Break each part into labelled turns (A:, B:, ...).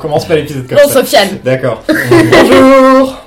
A: commence pas l'épisode comme
B: Non,
A: ça.
B: Sofiane.
A: D'accord. Bonjour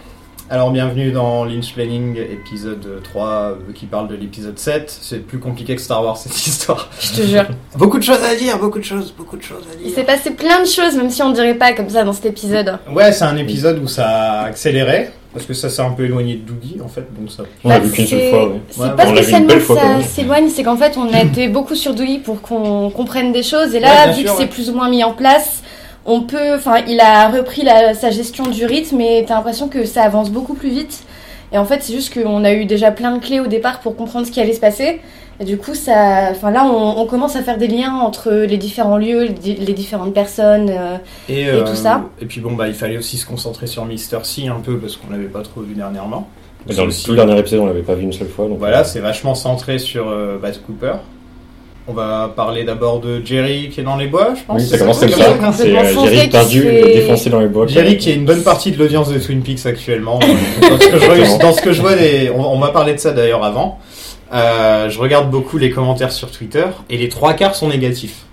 A: Alors, bienvenue dans Lynch Planning, épisode 3, euh, qui parle de l'épisode 7. C'est plus compliqué que Star Wars, cette histoire.
B: Je te jure.
C: Beaucoup de choses à dire, beaucoup de choses, beaucoup de choses à
B: Il
C: dire.
B: s'est passé plein de choses, même si on dirait pas comme ça dans cet épisode.
A: Ouais, c'est un épisode où ça a accéléré, parce que ça s'est un peu éloigné de Doogie, en fait. Donc ça...
D: On l'a
B: Bah,
D: vu qu'une
B: c'est-
D: seule fois, oui.
B: C'est
A: Ouais,
B: pas
D: on l'a vu une
B: spécialement
D: belle
B: que
D: fois, quand
B: ça
D: même. Mm.
B: s'éloigne, c'est qu'en fait on a été beaucoup sur Douy pour qu'on comprenne des choses et là
A: Ouais, bien
B: vu
A: sûr,
B: que c'est
A: ouais.
B: plus ou moins mis en place, on peut, enfin il a repris la- sa gestion du rythme et t'as l'impression que ça avance beaucoup plus vite et en fait c'est juste qu'on a eu déjà plein de clés au départ pour comprendre ce qui allait se passer et du coup ça, enfin là on, on commence à faire des liens entre les différents lieux, les, di- les différentes personnes. euh,
A: Et,
B: tout ça.
A: Et puis bon, bah, il fallait aussi se concentrer sur Mister C un peu, parce qu'on l'avait pas trop vu dernièrement.
D: Mais Dans le
A: C'est
D: tout
A: aussi-
D: dernier épisode, on l'avait pas vu une seule fois. Donc
A: Voilà, bah c'est vachement centré sur euh, Baz Cooper. On va parler d'abord de Jerry qui est dans les bois, je pense.
D: Oui, ça
A: c'est
D: commence comme
B: oui,
D: ça.
B: complètement
D: C'est euh,
B: foncé
D: Jerry
B: qui
D: perdu,
B: fait-
D: défoncé dans les bois.
A: Jerry qui est une bonne partie de l'audience de Twin Peaks actuellement. dans, ce que je,
D: Exactement.
A: re- dans ce que je vois, des- on, on va parler de ça d'ailleurs avant. Euh, je regarde beaucoup les commentaires sur Twitter et les trois quarts sont négatifs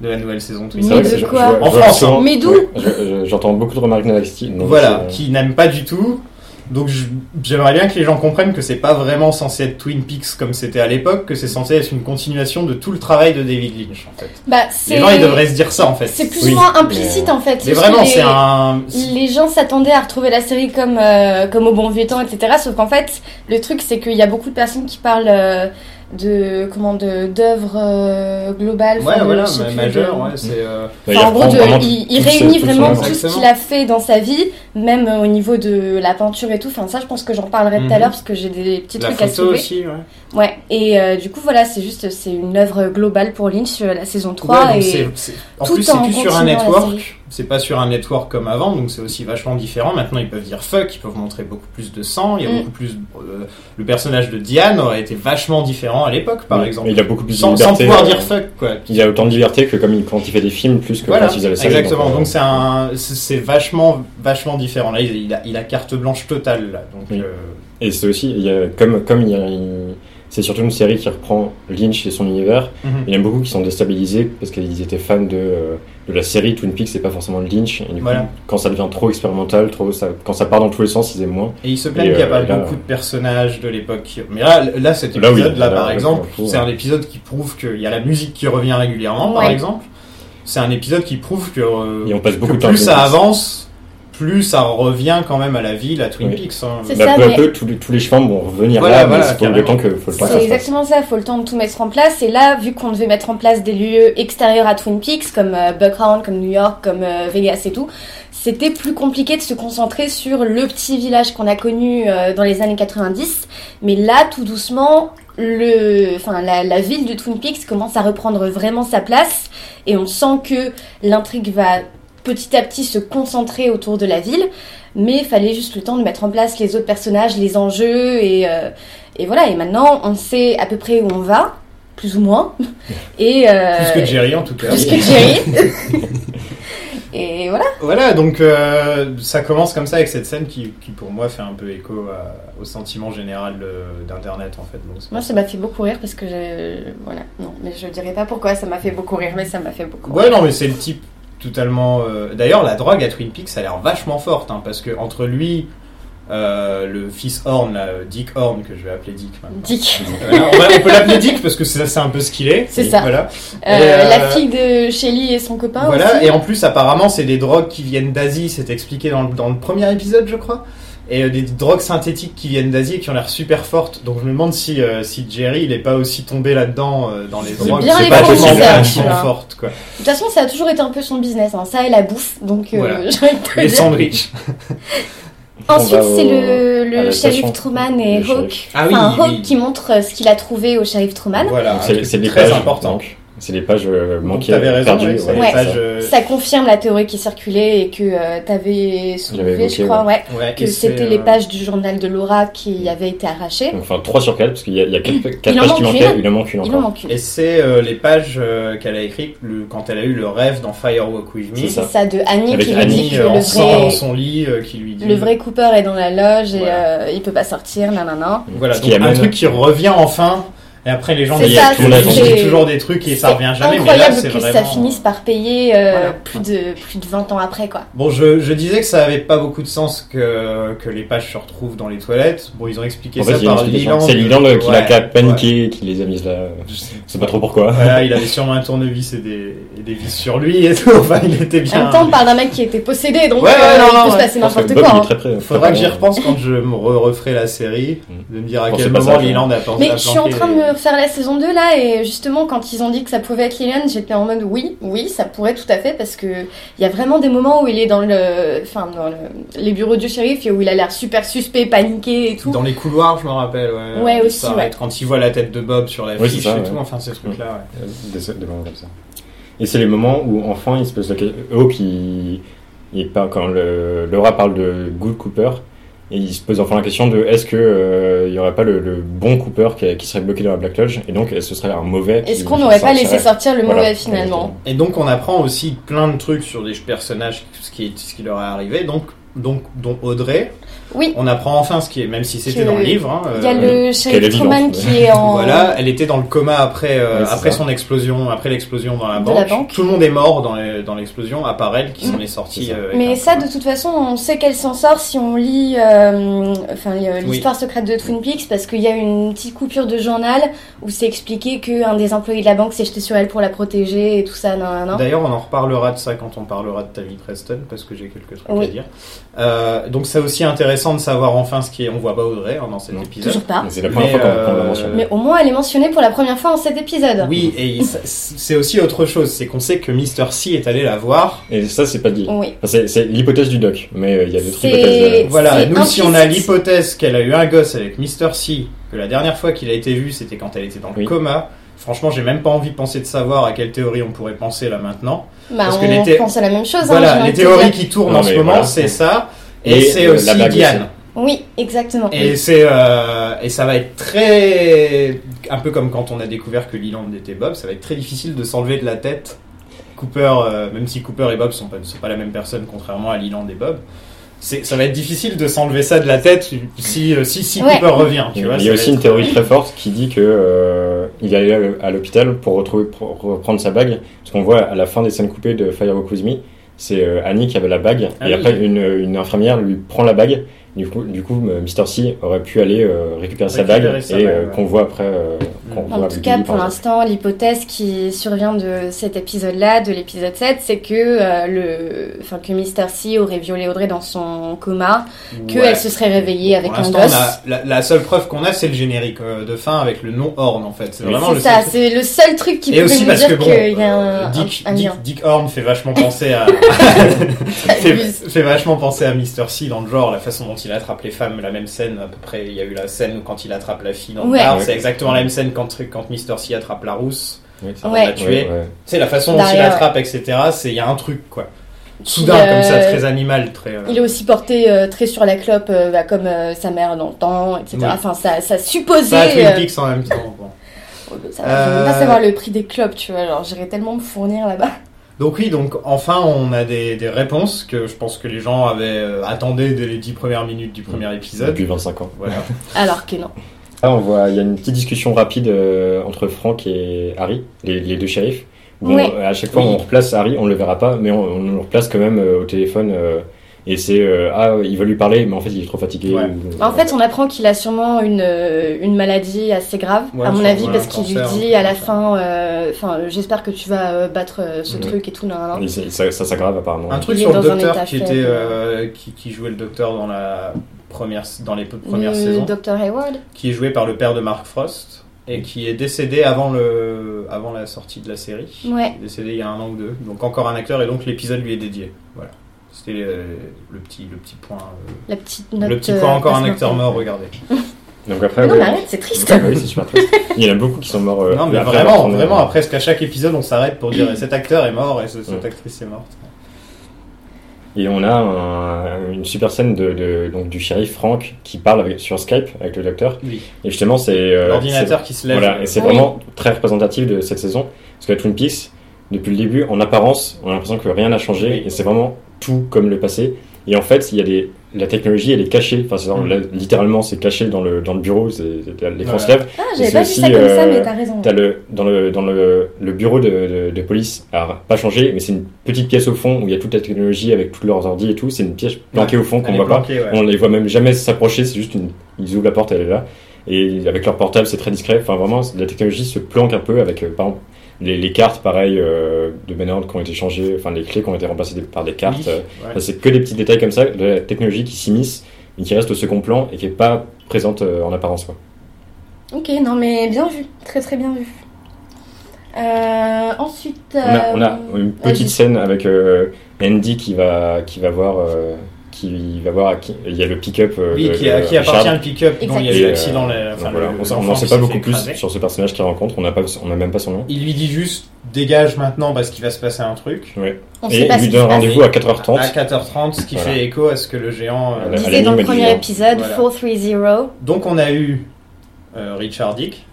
A: de la nouvelle saison de Twin
B: Mais
D: C'est
A: Peaks.
D: vrai
B: de
D: que je- je-
B: quoi
D: je-
A: En
D: je-
A: France, hein.
D: je-
B: Mais d'où
D: ouais, je- je- J'entends beaucoup de remarques négastiques. donc,
A: Voilà,
D: euh,
A: qui n'aiment pas du tout. Donc je- j'aimerais bien que les gens comprennent que c'est pas vraiment censé être Twin Peaks comme c'était à l'époque, que c'est censé être une continuation de tout le travail de David Lynch en fait.
B: Bah c'est
A: Les gens ils devraient se dire ça en fait.
B: c'est plus
D: Oui,
B: ou moins implicite
D: mais-
B: en fait.
A: Mais
B: parce que
A: vraiment,
B: les-
A: c'est un.
B: Les gens s'attendaient à retrouver la série comme, euh, comme au bon vieux temps, etc. Sauf qu'en fait, le truc, c'est qu'il y a beaucoup de personnes qui parlent euh, de comment de d'œuvres euh, globales.
A: Ouais,
B: enfin, de-
A: voilà,
B: je sais
A: ma-
B: plus,
A: majeur,
B: de-
A: ouais, c'est. euh,
D: Bah, il
B: Enfin, en gros,
D: reprend
B: de-
D: vraiment
B: il, il
D: tout ce-
B: réunit
D: tout son
B: vraiment
D: œuvre.
B: tout ce
A: Exactement.
B: qu'il a fait dans sa vie, même euh, au niveau de la peinture et tout. Enfin, ça, je pense que j'en parlerai tout à
A: Mhm.
B: l'heure parce que j'ai des petits
A: La
B: trucs à
A: photo
B: soulever.
A: aussi, ouais.
B: Ouais. Et euh, du coup, voilà, c'est juste, c'est une œuvre globale pour Lynch, euh, la saison 3
A: Ouais, donc
B: et
A: c'est- c'est- En
B: tout
A: plus, c'est
B: en
A: plus sur
B: continuant
A: un
B: la série.
A: network. C'est pas sur un network comme avant, donc c'est aussi vachement différent. Maintenant, ils peuvent dire fuck, ils peuvent montrer beaucoup plus de sang. Il y a
B: Mm.
A: beaucoup plus. euh, le personnage de Diane aurait été vachement différent à l'époque, par
D: Oui,
A: exemple.
D: mais Il a beaucoup plus de
A: Sans, sans
D: liberté.
A: pouvoir
D: euh,
A: dire fuck, quoi.
D: Il a autant de liberté que comme il- quand il fait des films, plus que
A: Voilà,
D: quand il faisait la série.
A: exactement.
D: euh,
A: Donc c'est un, c'est c'est vachement, vachement différent. Là, il il a, il a carte blanche totale. Là. Donc,
D: Oui.
A: euh,
D: Et c'est aussi, il y a- comme, comme il y a une- c'est surtout une série qui reprend Lynch et son univers,
A: mhm.
D: il y en a beaucoup qui sont déstabilisés parce qu'ils étaient fans de, euh, de la série Twin Peaks, c'est pas forcément de Lynch. Et du coup,
A: Voilà.
D: quand ça devient trop expérimental, trop, ça, quand ça part dans tous les sens, ils aiment moins.
A: Et il se plaint
D: Et,
A: qu'il n'y a
D: euh,
A: pas
D: là,
A: beaucoup de personnages de l'époque. qui- Mais là, là cet
D: Là, oui.
A: épisode, là,
D: Là,
A: par
D: là,
A: exemple,
D: pour le coup,
A: c'est
D: ouais.
A: un épisode qui prouve qu'il y a la musique qui revient régulièrement, par
B: Ouais.
A: exemple. C'est un épisode qui prouve que, euh,
D: Et on passe
A: que
D: beaucoup de temps.
A: plus
D: avec
A: ça
D: Lynch.
A: avance, plus ça revient quand même à la ville, à Twin
D: Oui.
A: Peaks. hein.
B: C'est
D: Bah,
B: ça,
D: peu à
B: mais-
D: peu, tous les, tous les chemins vont revenir
A: Voilà,
D: là,
A: voilà,
D: mais c'est pour le
A: carrément.
D: temps que faut le temps que ça
B: C'est
D: se fasse.
B: exactement ça, faut le temps de tout mettre en place. Et là, vu qu'on devait mettre en place des lieux extérieurs à Twin Peaks, comme euh, Buckround, comme New York, comme euh, Vegas et tout, c'était plus compliqué de se concentrer sur le petit village qu'on a connu euh, dans les années 90. Mais là, tout doucement, le, enfin, la, la ville de Twin Peaks commence à reprendre vraiment sa place. Et on sent que l'intrigue va petit à petit se concentrer autour de la ville. Mais il fallait juste le temps de mettre en place les autres personnages, les enjeux et... euh, et voilà, et maintenant, on sait à peu près où on va, plus ou moins. Et euh,
A: Plus que Jerry, en tout cas.
B: plus que Jerry. et voilà.
A: Voilà, donc euh, ça commence comme ça avec cette scène qui, qui, pour moi, fait un peu écho à- au sentiment général euh, d'Internet, en fait. Donc, c'est-
B: Moi, ça m'a fait beaucoup rire parce que je... Voilà, non, mais je dirais pas pourquoi ça m'a fait beaucoup rire, mais ça m'a fait beaucoup
A: Ouais,
B: rire.
A: non, mais c'est le type totalement. euh, D'ailleurs, la drogue à Twin Peaks, ça a l'air vachement forte, hein, parce que entre lui, euh, le fils Horn, là, euh, Dick Horn, que je vais appeler Dick maintenant.
B: Dick,
A: Voilà, on, va- on peut l'appeler Dick parce que c'est c'est un peu ce qu'il est.
B: C'est ça.
A: Voilà,
B: Euh,
A: euh,
B: la fille de Shelly et son copain
A: voilà.
B: aussi.
A: et en plus, apparemment, c'est des drogues qui viennent d'Asie, c'est expliqué dans, le- dans le premier épisode, je crois. Et euh, des drogues synthétiques qui viennent d'Asie et qui ont l'air super fortes. Donc je me demande si, euh, si Jerry, il est pas aussi tombé là-dedans euh, dans les
D: C'est
A: drogues.
B: bien
A: c'est
B: les
A: pas
D: premiers
A: tellement
D: chercheurs,
A: vachement
B: là.
A: fortes, quoi.
B: De toute façon, ça a toujours été un peu son business, hein. ça et la bouffe, donc euh,
A: Voilà.
B: j'ai envie de te
A: Les
B: dire.
A: sandwichs.
D: On
B: Ensuite,
D: va au-
B: c'est le,
D: à
B: le
D: la
B: shérif
D: station.
B: Truman et
D: Le shérif.
B: Hawk.
A: Ah
B: Enfin, Hawk qui montre euh, ce qu'il a trouvé au shérif Truman.
A: Voilà,
D: Donc,
A: un
D: c'est-
A: truc
D: C'est des
A: Ah, très
D: pages
A: important.
D: manques. C'est des pages euh,
A: Donc,
D: manquées.
A: t'avais raison,
D: perdues,
A: ouais, c'est
D: ouais,
A: les
D: c'est ça.
A: pages, euh,
B: Ça confirme la théorie qui circulait et que euh, t'avais soulevé,
D: J'avais
B: je
D: évoqué,
B: crois, ouais,
A: ouais,
B: que
A: et c'est,
B: c'était
A: euh, Mm.
B: les pages du journal de Laura qui avaient été arrachées.
D: Donc, Enfin, 3 sur 4, parce qu'il y a 4
B: Il en
D: pages qui
B: manque
D: manquaient,
B: une.
D: il en manque une
B: Il en
D: encore.
B: manque une.
A: Et c'est euh, les pages euh, qu'elle a écrites le- quand elle a eu le rêve dans Firewalk With Me.
D: C'est
B: C'est ça de Annie
D: Avec
B: qui lui dit
A: Annie
B: que
A: euh,
B: le
A: en sang dans
B: vrai,
A: son lit euh, qui lui dit.
B: le vrai Cooper est dans la loge et
A: Voilà.
B: euh, il peut pas sortir, nanana.
A: Voilà,
D: Ce
A: donc
D: qui
A: un
D: amène-
A: truc qui revient enfin. Et après, les gens
B: C'est
A: disent
B: ça,
A: toujours-
D: c'est-
A: disent
B: c'est-
A: toujours des trucs et ça
B: C'est
A: revient jamais. mais là,
B: Incroyable
A: c'est
B: que
A: vraiment...
B: ça finisse par payer euh,
A: Voilà.
B: plus de plus de 20 ans après quoi.
A: Bon, je, je disais que ça avait pas beaucoup de sens que, que les pages se retrouvent dans les toilettes. Bon, ils ont expliqué
D: En
A: ça
D: fait, il y a une
A: par
D: explication.
A: Leland.
D: C'est Leland euh, qui l'a
A: Ouais,
D: qu'à paniquer, qui les a mises là.
A: ouais. Je sais
D: Je sais pas trop pourquoi.
A: Voilà, il avait sûrement un tournevis et des, et des vis sur lui et tout. Enfin, il était
B: En
A: bien.
B: même temps, on parle d'un mec qui était possédé, donc
A: Ouais, ouais,
B: euh,
A: non,
B: il
A: non,
B: peut se
A: ouais.
B: passer
D: Je pense que
B: n'importe
D: Bob,
B: quoi.
D: il est
B: hein.
D: très près.
A: Faudra que j'y
D: Enfin,
A: repense quand je me re- referai la série,
D: Mm.
A: de me dire à
D: Pour
A: quel
D: ce
A: moment
D: passage,
A: Leland a pensé
B: Mais
A: à
B: je suis en
A: planquer
B: train de
A: les-
B: me refaire la saison 2 là et justement quand ils ont dit que ça pouvait être Leland, j'étais en mode oui, oui, ça pourrait tout à fait parce que il y a vraiment des moments où il est dans le enfin dans le- les bureaux du shérif et où il a l'air super suspect, paniqué et tout.
A: Dans les couloirs, je me rappelle. Ouais,
B: Ouais, aussi,
A: Ça,
B: ouais.
A: Quand il voit la tête de Bob sur la
D: Oui,
A: fiche
D: c'est ça,
A: et
D: ouais. Mm.
A: tout, enfin, ces trucs-là, ouais.
D: Des, des moments comme ça. Et c'est les moments où, enfin, il se pose la question. Hope, il, il parle, quand le, Laura parle de Good Cooper, et il se pose enfin la question de est-ce que euh, il y aurait pas le, le bon Cooper qui, qui serait bloqué dans la Black Lodge, et donc euh, ce serait un mauvais. qui-
B: Est-ce qu'on
D: qui
B: n'aurait pas
D: sortirait
B: laissé sortir le
D: Voilà,
B: mauvais finalement
A: Et donc, on apprend aussi plein de trucs sur des personnages, ce qui, est- ce qui leur est arrivé. Donc, donc, dont Audrey.
B: Oui.
A: On apprend enfin ce qui est, même si c'était
B: Que-
A: dans le livre. hein,
B: Il y a
A: euh,
B: le
D: Qu'elle est
B: shérif
D: vivante,
B: Truman
D: ouais.
B: qui est en
A: Voilà, elle était dans le coma après, euh,
D: Ouais, c'est
A: après
D: ça.
A: son explosion, après l'explosion dans la
B: De
A: banque.
B: la banque. Mm.
A: Tout le monde est mort dans les- dans l'explosion, à part elle qui s'en est sortie.
D: C'est ça.
A: euh, avec un
B: Mais ça,
A: coma.
B: de toute façon, on sait qu'elle s'en sort si on lit euh, enfin, euh, l'histoire secrète de Twin Peaks, parce qu'il y a une petite coupure de journal où c'est expliqué qu'un des employés de la banque s'est jeté sur elle pour la protéger et tout ça, non, non, non.
A: D'ailleurs, on en reparlera de ça quand on parlera de Tammy Preston, parce que j'ai quelques trucs
B: Oui.
A: à dire. Euh, donc, c'est aussi intéressant de savoir enfin ce qui est. On voit pas Audrey hein, dans cet
D: Non.
A: épisode.
B: Toujours pas.
D: Mais C'est la première
A: Mais,
D: fois qu'on qu'on
A: euh,
D: l'a mentionné.
B: Mais au moins, elle est mentionnée pour la première fois en cet épisode.
A: Oui, et il- ça- c'est aussi autre chose, c'est qu'on sait que Mr. C est allé la voir.
D: Et ça, c'est pas dit.
B: Oui.
D: Enfin, c'est c'est l'hypothèse du doc, mais euh, il y a d'autres
B: Oh. C'est-
D: hypothèses. euh,
A: Voilà,
B: C'est
A: nous si on a
B: implicite.
A: l'hypothèse qu'elle a eu un gosse avec Mr. C, que la dernière fois qu'il a été vu c'était quand elle était dans le
D: Oui.
A: coma, franchement j'ai même pas envie de penser de savoir à quelle théorie on pourrait penser là maintenant.
B: Bah,
A: Parce
B: on
A: que les thé-
B: pense à la même chose. hein, j'ai
A: voilà,
B: envie
A: les
B: de te
A: théories
B: dire.
A: qui tournent
D: Non,
A: en ce
D: mais
A: moment
D: voilà.
A: c'est ça, et,
D: Et,
A: c'est
D: euh,
A: aussi
D: la bague
A: Diane.
B: Oui, exactement.
A: Et, c'est, euh, et ça va être très... Un peu comme quand on a découvert que Leland était Bob, ça va être très difficile de s'enlever de la tête Cooper, euh, même si Cooper et Bob sont pas, sont pas la même personne, contrairement à Leland et Bob. C'est, ça va être difficile de s'enlever ça de la tête si, euh, si, si
B: Ouais.
A: Cooper revient. Tu
D: Il
A: vois,
D: y
A: ça
D: a
A: va
D: aussi
A: être-
D: une théorie très forte qui dit que euh, il est allé à l'hô- à l'hôpital pour retrouver pour reprendre sa bague. Parce qu'on voit à la fin des scènes coupées de Firewalk With Me, c'est euh, Annie qui avait la bague
A: Ah oui.
D: et après une, une infirmière lui prend la bague. Du coup, du coup, euh, Mr. C aurait pu aller euh, récupérer sa
A: Récupérer
D: bague
A: sa
D: et
A: bague,
D: euh,
A: ouais.
D: qu'on voit après. euh, qu'on
A: Mm.
D: voit
B: En
D: avec
B: tout cas,
D: Billy, par
B: pour
D: exemple.
B: l'instant, l'hypothèse qui survient de cet épisode-là, de l'épisode 7, c'est que euh, le, enfin que Mr. C aurait violé Audrey dans son coma, que
A: euh, Ouais.
B: elle se serait réveillée avec
A: Pour
B: un
A: l'instant,
B: gosse.
A: on a- la, la seule preuve qu'on a, c'est le générique euh, de fin avec le nom Horn, en fait. C'est vraiment
B: C'est
A: le
B: ça,
A: seul-
B: c'est le seul truc qui
A: Et
B: peut
A: aussi
B: nous
A: parce que
B: dire
A: bon,
B: qu'il y a un,
A: euh, Dick,
B: un- un
A: Dick,
B: lien.
A: Dick Horn fait vachement penser à, fait,
B: Abuse.
A: fait vachement penser à Mr. C dans le genre, la façon dont il attrape les femmes, la même scène à peu près. Il y a eu la scène quand il attrape la fille dans le
B: Ouais.
A: bar,
D: Ouais.
A: c'est exactement la même scène quand, quand Mr. C attrape la rousse
D: Oui,
A: avant
B: Ouais.
A: de la
D: c'est-
A: tuer.
D: ouais, ouais.
A: C'est la façon dont il
B: Derrière.
A: l'attrape, etc. C'est il y a un truc quoi. Soudain
B: Puis, euh,
A: comme ça, très animal, très. euh,
B: Il est aussi porté euh, très sur la clope, euh, bah, comme euh, sa mère dans le temps, etc.
A: Oui.
B: Enfin, ça, ça
A: Ça a
B: supposait.
A: Twin
B: euh, oh,
A: Peaks en même temps. bon.
B: ça va, je veux
A: Euh,
B: même pas savoir le prix des clopes, tu vois. Genre, j'irais tellement me fournir là-bas.
A: Donc oui, donc enfin on a des, des réponses que je pense que les gens avaient euh, attendaient dès les dix premières minutes du premier épisode.
D: Depuis 25 ans.
A: Voilà.
B: Alors que non.
D: Là, Ah, on voit, il y a une petite discussion rapide euh, entre Franck et Harry, les, les deux shérifs. où on-
B: Ouais.
D: à chaque fois,
A: Oui.
D: on replace Harry, on le verra pas, mais on, on le replace quand même euh, au téléphone. euh, et c'est euh, ah, il veut lui parler, mais en fait, il est trop fatigué.
A: Ouais.
D: ou-
B: En fait, on apprend qu'il a sûrement une, euh, une maladie assez grave,
A: Ouais,
B: à mon
A: sûrement
B: avis,
A: un
B: parce qu'il lui
A: cancer, un
B: dit
A: truc
B: à la
A: comme ça.
B: fin, euh, enfin, euh, j'espère que tu vas euh, battre euh, ce
D: Mhm.
B: truc et tout, non, non, non.
D: Et c'est- ça, ça s'aggrave apparemment.
A: Un truc
B: Il est
A: sur le
B: dans un
A: docteur
B: état
A: qui
B: faible.
A: était euh, qui, qui jouait le docteur dans la première dans les peu- premières
B: Le
A: saisons,
B: docteur Hayward
A: qui est joué par le père de Mark Frost et qui est décédé avant le avant la sortie de la série.
B: Ouais.
A: Il est décédé il y a un an ou deux. Donc encore un acteur et donc l'épisode lui est dédié. Voilà. C'était euh, le petit le petit point euh,
B: La petite note.
A: le petit
B: euh,
A: point encore un
B: passe-note.
A: acteur mort regardez.
D: Donc après,
B: Non,
D: ouais,
B: mais arrête, c'est triste.
D: Ah oui, c'est super triste. Il y en a beaucoup qui sont morts. euh,
A: non mais
D: après
A: vraiment
D: avoir tourné.
A: vraiment presque à chaque épisode on s'arrête pour
B: Mm.
A: dire cet acteur est mort et ce- cette
D: Mm.
A: actrice est morte.
D: Et on a un- une super scène de, de- donc, du shérif Franck qui parle avec- sur Skype avec le docteur.
A: Oui.
D: Et justement, c'est. euh,
A: L'ordinateur qui se lève. euh,
D: Voilà, et c'est
B: Oui.
D: vraiment très représentatif de cette saison. Parce que Twin Peaks, depuis le début, en apparence, on a l'impression que rien n'a changé.
A: Oui.
D: Et c'est vraiment tout comme le passé. Et en fait, il y a des, la technologie, elle est cachée. Enfin, c'est-
A: Mm.
D: la- littéralement, c'est caché dans le, dans le bureau. c'est- c'est- L'écran
A: Ouais.
D: se lève.
B: Ah, j'avais
D: C'est
B: pas vu
D: aussi,
B: ça comme ça,
D: euh,
B: mais t'as raison.
D: T'as le, dans le, dans le, le bureau de, de, de police, alors pas changé, mais c'est une petite pièce au fond où il y a toute la technologie avec tous leurs ordi et tout. C'est une pièce planquée au fond qu'on
A: Elle est
D: voit pas.
A: planquée, ouais.
D: On les voit même jamais s'approcher. C'est juste une, ils ouvrent la porte, elle est là. Et avec leur portable, c'est très discret. Enfin, vraiment, c'est- la technologie se planque un peu avec, euh, par exemple, les, les cartes, pareil, euh, de Ménard qui ont été changées, enfin, les clés qui ont été remplacées des- par des cartes.
A: Oui,
D: euh,
A: ouais.
D: Enfin, C'est que des petits détails comme ça, de la technologie qui s'immisce, mais qui reste au second plan et qui est pas présente euh, en apparence. Quoi.
B: Ok, non, mais bien vu. Très, très bien vu. Euh, ensuite.
D: On, a, on a
B: euh,
D: une
B: vas-y.
D: petite scène avec euh, Andy qui va, qui va voir. euh, qui va voir à qui- il y a le pick-up euh,
A: Oui,
D: de-
A: qui, à
D: de
A: qui
D: Richard.
A: appartient le pick-up dont il y a
D: Et,
A: eu
D: euh,
A: l'accident. la- enfin,
D: Donc voilà,
A: le-
D: on s'en- on
A: l'enfant
D: n'en sait
A: qui
D: pas
A: s'est
D: beaucoup
A: fait
D: plus
A: écraser.
D: sur ce personnage qu'il rencontre, on n'a pas- on n'a même pas son nom.
A: Il lui dit juste dégage maintenant parce qu'il va se passer un truc.
B: On
D: Et
B: sait pas
D: il
B: ce qui
D: lui
B: se
D: donne
B: passe.
D: rendez-vous à
B: Ah,
A: À
D: 4h30.
A: 4h30, ce qui
D: Voilà.
A: fait écho à ce que le géant. euh,
D: Voilà.
B: Disait
D: À la
B: dans le
D: limite,
B: premier
D: elle
B: épisode,
A: Voilà.
B: 430.
A: Donc on a eu euh, Richard Dick,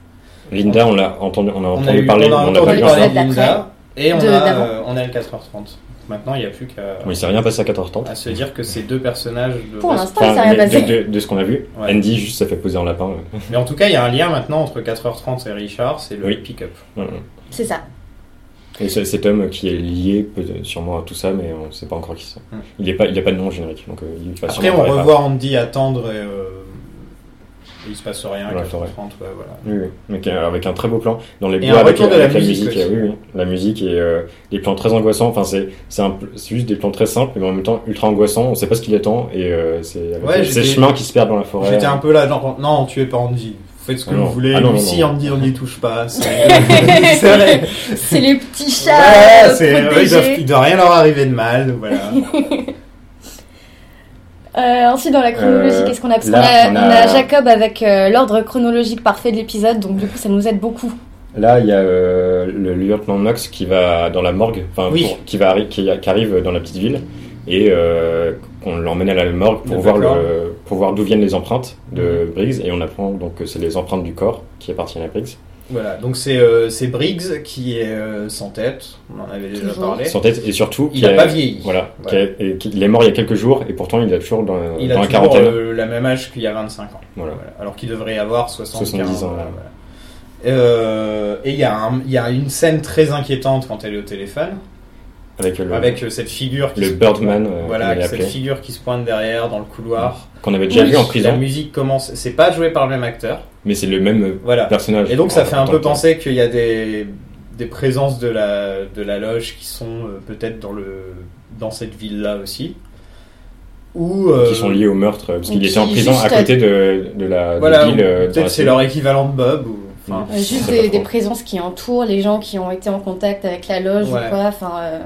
D: Linda, on l'a entendu, on a
A: on
D: entendu
A: a eu
D: parler,
A: on a
D: mais on n'a
A: entendu
D: pas vu
B: parler.
D: rien.
A: de Linda, et on
B: De-
A: a,
B: d'avant.
A: euh, on a le 4h30. Maintenant, il n'y a plus qu'à
D: Bon, il s'est rien passé à 4h30.
B: Ah,
A: à se dire que ces deux personnages. de-
B: Pour l'instant, il
D: Enfin,
B: s'est rien
D: mais de,
B: passé.
D: de- de ce qu'on a vu,
A: Ouais.
D: Andy juste ça fait poser un lapin. ouais.
A: Mais en tout cas, il y a un lien maintenant entre 4h30 et Richard, c'est le
D: Oui.
A: pick-up.
B: C'est ça.
D: Et ce- cet homme qui est lié peut- sûrement à tout ça, mais on ne sait pas encore qui c'est.
A: Hmm.
D: Il n'a pas, il a pas de nom générique, donc euh, il va
A: Après,
D: sûrement
A: on
D: apparaître.
A: revoit Andy attendre et euh, il se passe rien à
D: Ouais,
A: 4h30.
D: ouais.
A: ouais, voilà.
D: Oui, oui. Donc, euh, avec un très beau plan dans les
A: Et
D: bois
A: un
D: avec,
A: retour de la
D: avec
A: musique
D: la musique,
A: aussi.
D: euh, oui, oui. la musique et euh, des plans très angoissants. Enfin, c'est c'est un- c'est juste des plans très simples, mais en même temps ultra angoissants. On ne sait pas ce qu'il attend et euh, c'est avec
A: Ouais,
D: les-
A: j'étais-
D: ces chemins qui se perdent dans la forêt.
A: J'étais un peu là, genre, non, tuez pas Andy. Faites ce que
D: Ah
A: vous
D: non.
A: voulez.
D: Ah non, non,
A: Lucie,
D: non.
A: Andy, on n'y touche pas. C'est c'est vrai.
B: C'est les petits chats.
A: Ouais,
B: euh,
A: c'est- ouais, ils
B: protégés.
A: doivent- il doit rien leur arriver de mal. donc Voilà.
B: Euh, ensuite, dans la chronologie,
D: Euh,
B: qu'est-ce qu'on a Parce qu'on
D: là,
B: a,
D: on
B: on
D: a-
B: a Jacob avec euh, l'ordre chronologique parfait de l'épisode, donc du coup, ça nous aide beaucoup.
D: Là, il y a euh, le lieutenant Knox qui va dans la morgue, enfin,
A: Oui.
D: pour- qui, va arri- qui, qui arrive dans la petite ville et euh, qu'on l'emmène à la morgue pour
A: Le
D: voir,
A: Backlore.
D: le, pour voir d'où viennent les empreintes de
A: Mhm.
D: Briggs et on apprend donc que c'est les empreintes du corps qui appartiennent à Briggs.
A: Voilà, donc c'est euh, c'est Briggs qui est euh, sans tête, on en avait déjà
B: Toujours.
A: parlé.
D: Sans tête et surtout,
A: Il
D: qui
A: n'a pas vieilli.
D: Voilà,
A: Ouais.
D: qui a- et qui- il est mort il y a quelques jours et pourtant il a toujours dans,
A: Il
D: dans
A: a toujours
D: la
A: euh,
D: quarantaine.
A: le, la même âge qu'il y a 25 ans.
D: Voilà.
A: Voilà. Alors qu'il devrait avoir 75
D: 70 ans,
A: voilà,
D: ouais.
A: voilà. Euh, et il y, a un- il y a une scène très inquiétante quand elle est au téléphone,
D: Avec le,
A: avec euh, cette figure qui
D: le
A: se-
D: Birdman euh, qu'on
A: Voilà,
D: avait
A: cette
D: appelé,
A: figure qui se pointe derrière dans le couloir.
D: qu'on avait déjà
B: Oui.
D: vu en
A: La
D: prison,
A: musique commence, c'est pas joué par le même acteur.
D: mais c'est le même euh,
A: Voilà.
D: personnage.
A: Et donc ça
D: en-
A: fait
D: en
A: un
D: tant
A: peu
D: que tel.
A: penser qu'il y a des, des présences de la, de la loge qui sont euh, peut-être dans, le, dans cette ville-là aussi. Ou, euh,
D: qui sont liés au meurtre, parce qu'il
B: qui
D: était en prison
B: juste
D: à côté de, de la de
A: Voilà,
D: l'île, euh, dans la
A: peut-être c'est leur équivalent de Bob. Ou, enfin,
D: Mm.
B: Euh, Juste
D: C'est pas
B: des,
D: faux.
B: des présences qui entourent les gens qui ont été en contact avec la loge
A: Ouais.
B: ou quoi. Enfin, euh,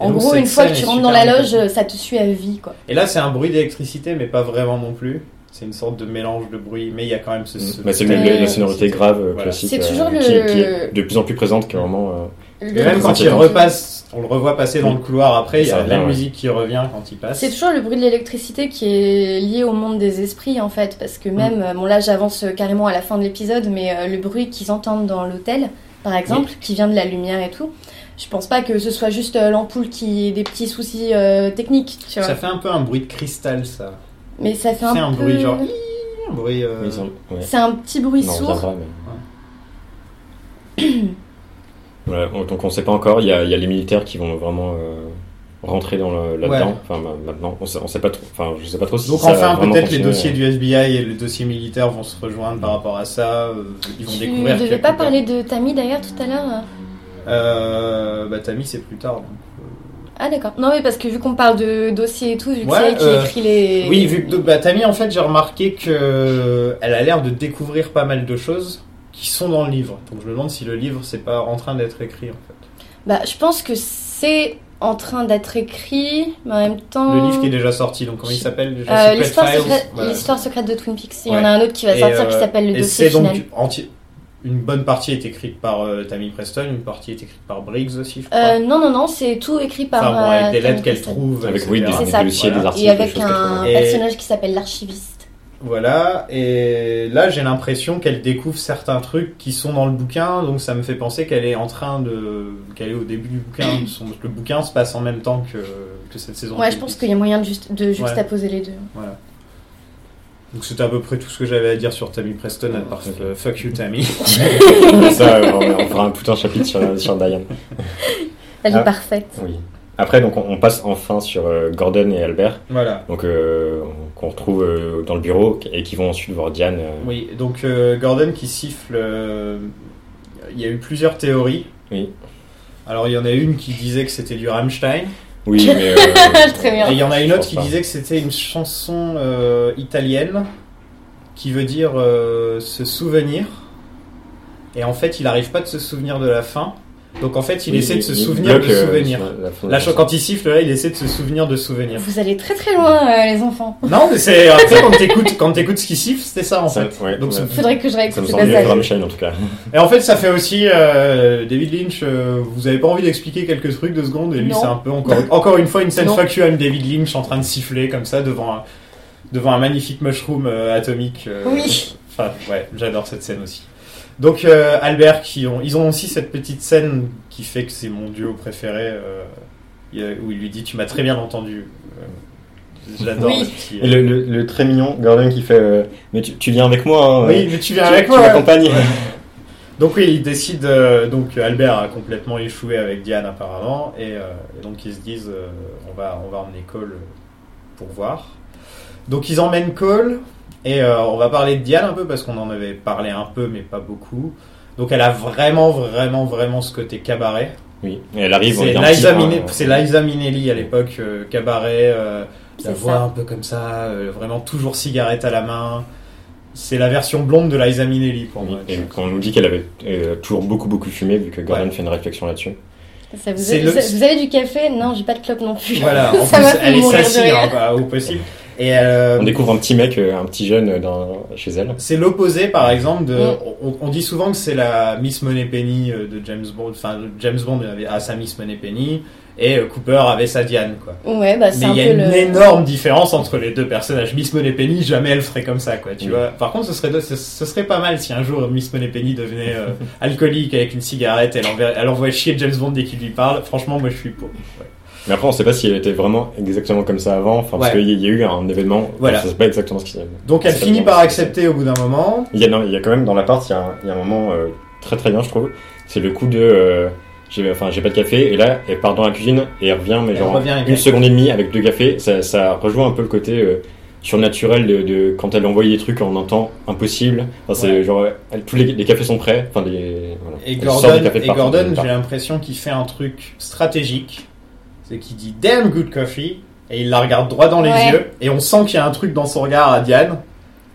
B: en
A: Et donc,
B: gros,
A: cette
B: une fois que
A: scène
B: tu
A: est
B: rentres dans
A: super
B: la loge,
A: inquiétante.
B: euh, ça te suit à vie, quoi.
A: Et là, c'est un bruit d'électricité, mais pas vraiment non plus. C'est une sorte de mélange de bruit, mais il y a quand même ce. ce-
D: Bah, c'est
A: cette
D: le- le- la
A: électricité.
D: sonorité grave euh,
A: Voilà.
D: classique
B: C'est
D: euh,
B: toujours le-
D: qui, qui est de plus en plus présente qui est vraiment euh,
A: Et même quand il repasse, on le revoit passer dans le couloir après, il y
D: Ça
A: a
D: revient,
A: la
D: ouais.
A: musique qui revient quand il passe.
B: C'est toujours le bruit de l'électricité qui est lié au monde des esprits en fait, parce que
A: Mm.
B: même, euh, bon là j'avance euh, carrément à la fin de l'épisode, mais euh, le bruit qu'ils entendent dans l'hôtel, par exemple, qui vient de la lumière et tout, je pense pas que ce soit juste euh, l'ampoule qui ait des petits soucis euh, techniques, tu vois.
A: Ça fait un peu un bruit de cristal, ça.
B: mais ça fait
A: C'est
B: un,
A: un
B: peu-
A: bruit genre. Un bruit. euh,
D: ils sont- ouais.
B: C'est un petit bruit
D: Non, on
B: sourd.
D: reviendra, mais- Voilà, on- donc on sait pas encore. Il y a, il y a les militaires qui vont vraiment euh, rentrer dans le- là-dedans.
A: Ouais.
D: Enfin, bah, maintenant, on sait, on sait pas trop. Enfin, je sais pas trop si
A: Donc
D: ça va
A: enfin,
D: vraiment
A: peut-être les
D: continuer.
A: dossiers du FBI et les dossiers militaires vont se rejoindre
D: Mm.
A: par rapport à ça. euh, Ils vont
B: Tu
A: découvrir. qu'il y
B: devais
A: a
B: pas
A: Cooper.
B: parler de Tammy d'ailleurs tout à l'heure euh
A: Euh, bah Tammy, c'est plus tard. donc.
B: Ah d'accord. Non mais parce que vu qu'on parle de dossier et tout, vu que
A: Ouais,
B: c'est elle qui
A: euh,
B: écrit les...
A: Oui, vu que bah, Tammy, en fait, j'ai remarqué que euh, elle a l'air de découvrir pas mal de choses qui sont dans le livre. Donc je me demande si le livre c'est pas en train d'être écrit en fait.
B: Bah, je pense que c'est en train d'être écrit, mais en même temps.
A: Le livre qui est déjà sorti. Donc comment il s'appelle
B: Euh,
A: déjà Secret
B: L'histoire
A: Files,
B: secrète,
A: voilà.
B: l'histoire secrète de Twin Peaks. Il y
A: Ouais.
B: en a un autre qui va
A: Et,
B: sortir qui
A: euh,
B: s'appelle Le
A: Et c'est
B: Dossier
A: donc
B: Final.
A: enti- une bonne partie est écrite par euh, Tammy Preston, une partie est écrite par Briggs aussi, je crois.
B: Euh, non, non, non, c'est tout écrit par.
A: Enfin, bon, avec
B: euh,
A: des lettres
B: Karen
A: qu'elle
B: Preston.
A: trouve,
D: Avec
A: etc.
D: oui, des,
B: C'est
D: des
B: ça.
D: dossiers,
A: Voilà.
D: des articles,
B: Et
D: des
B: avec
D: choses comme ça.
B: un
A: Et-
B: personnage qui s'appelle l'archiviste.
A: Voilà, et là j'ai l'impression qu'elle découvre certains trucs qui sont dans le bouquin, donc ça me fait penser qu'elle est en train de. qu'elle est au début du bouquin, son- le bouquin se passe en même temps que, que cette saison.
B: Ouais,
A: de
B: je pense
A: Twin
B: qu'il y a moyen de, juste, de juxtaposer les deux.
A: Peaks. Donc c'était à peu près tout ce que j'avais à dire sur Tammy Preston, à part euh, fuck you Tammy.
D: Ça, euh, on, on fera un putain de chapitre sur, sur Diane.
B: Elle
D: Ah.
B: est parfaite.
D: Oui. Après, donc, on, on passe enfin sur euh, Gordon et Albert,
A: voilà.
D: donc euh, qu'on retrouve euh, dans le bureau et qui vont ensuite voir Diane. euh,
A: Oui, donc euh, Gordon qui siffle. euh, il y a eu plusieurs théories.
D: Oui.
A: Alors il y en a une qui disait que c'était du Rammstein.
D: Oui, mais. euh,
B: Très bien.
A: Et il y en a une
D: je
A: autre
D: pense
A: qui
D: pas.
A: disait que c'était une chanson euh, italienne qui veut dire euh, se souvenir. Et en fait, il n'arrive pas de se souvenir de la fin. Donc en fait, il
D: Oui,
A: essaie de se
D: il
A: souvenir
D: bloque,
A: de
D: euh,
A: souvenir.
D: sur la fin de
A: Là,
D: la
A: je- quand il siffle, là, il essaie de se souvenir de souvenir.
B: Vous allez très très loin, euh, les enfants.
A: Non, mais c'est après quand t'écoutes, quand t'écoutes ce qui siffle, c'était ça en fait.
D: Ça- ouais,
A: Donc,
D: ouais.
A: c'est-
B: Faudrait que je
D: Ça
B: réécoute
D: me
B: ce
D: semble mieux que
B: passage.
D: Rammstein en tout cas.
A: Et en fait, ça fait aussi euh, David Lynch. euh, vous avez pas envie d'expliquer quelques trucs deux secondes et lui,
B: Non.
A: c'est un peu encore encore une fois une scène
B: Non.
A: fuck you, I'm David Lynch en train de siffler comme ça devant un, devant un magnifique mushroom euh, atomique. euh,
B: Oui.
A: Enfin, ouais, j'adore cette scène aussi. Donc euh, Albert, qui ont, ils ont aussi cette petite scène qui fait que c'est mon duo préféré, euh, il y a- où il lui dit tu m'as très bien entendu. Euh, J'adore.
B: Oui.
A: le petit-
D: Et le, le- le très mignon Gordon qui fait euh, Mais tu, tu viens avec moi, hein,
A: Oui,
D: euh,
A: mais tu
D: tu,
A: viens avec
D: tu
A: moi.
D: m'accompagnes.
A: Donc oui, il décide. euh, donc Albert a complètement échoué avec Diane apparemment, et, euh, et donc ils se disent euh, on va on va emmener Cole euh, pour voir. Donc ils emmènent Cole et euh, on va parler de Diane un peu parce qu'on en avait parlé un peu mais pas beaucoup. Donc elle a vraiment vraiment vraiment ce côté cabaret.
D: Oui, et elle arrive. on
A: C'est
D: est un
A: Liza,
D: petit-
A: Minne-
D: euh,
A: c'est Liza Minnelli à l'époque euh, cabaret, euh, la
B: C'est
A: voix
B: ça.
A: un peu comme ça, euh, vraiment toujours cigarette à la main. C'est la version blonde de Liza Minnelli pour
D: Oui,
A: moi.
D: et on nous dit qu'elle avait euh, toujours beaucoup beaucoup fumé vu que Gordon fait une réflexion là-dessus.
A: Euh,
B: Ça vous,
A: C'est
B: a-
A: le-
B: ça- vous avez du café Non, j'ai pas de clope non plus.
A: Voilà, en
B: ça
A: plus,
B: m'a fait
A: elle est
B: mourir de
A: sassine
B: rire.
A: hein, bah, au possible. Et euh,
D: On découvre un petit mec, euh, un petit jeune euh, dans, chez elle.
A: c'est l'opposé, par exemple, de.
B: Mm.
A: On, on dit souvent que c'est la Miss Moneypenny euh, de James Bond. Enfin, James Bond avait à sa Miss Moneypenny et euh, Cooper avait sa Diane, quoi.
B: Ouais, bah
A: Mais
B: c'est un
A: il y a
B: peu
A: une
B: le.
A: énorme différence entre les deux personnages. Miss Moneypenny, jamais elle ferait comme ça, quoi. Tu
D: Mm.
A: vois. Par contre, ce serait de- ce, ce serait pas mal si un jour Miss Moneypenny devenait euh, alcoolique avec une cigarette. Elle enverrait- elle envoie chier James Bond dès qu'il lui parle. Franchement, moi, je suis pour. Ouais.
D: Mais après, on sait pas si elle était vraiment exactement comme ça avant, enfin, parce
A: Ouais.
D: qu'il y, y a eu un événement.
A: Voilà.
D: On sait pas exactement ce qui s'est
A: Donc, elle
D: C'est
A: finit
D: bon,
A: par
D: c'est-
A: accepter au bout d'un moment.
D: Il y, a, non, il y a quand même dans l'appart, il y, a un- il y a un moment euh, très très bien, je trouve. C'est le coup de. euh, j'ai enfin, j'ai pas de café, et là, elle part dans la cuisine et elle revient, mais
A: Elle
D: genre
A: revient avec
D: une
A: elle.
D: seconde et demie avec deux cafés. Ça, ça rejoint un peu le côté euh, surnaturel de, de quand elle envoie des trucs en un temps impossible. Enfin, c'est
A: Ouais.
D: genre, elle- tous les, les cafés sont prêts. Enfin, les, voilà.
A: Et
D: Elle sort
A: Gordon,
D: des cafés de
A: et
D: partout, Ah
A: Gordon
D: de
A: j'ai
D: partout.
A: l'impression qu'il fait un truc stratégique. C'est qu'il dit damn good coffee. Et il la regarde droit dans les
B: Ouais.
A: yeux. Et on sent qu'il y a un truc dans son regard à Diane.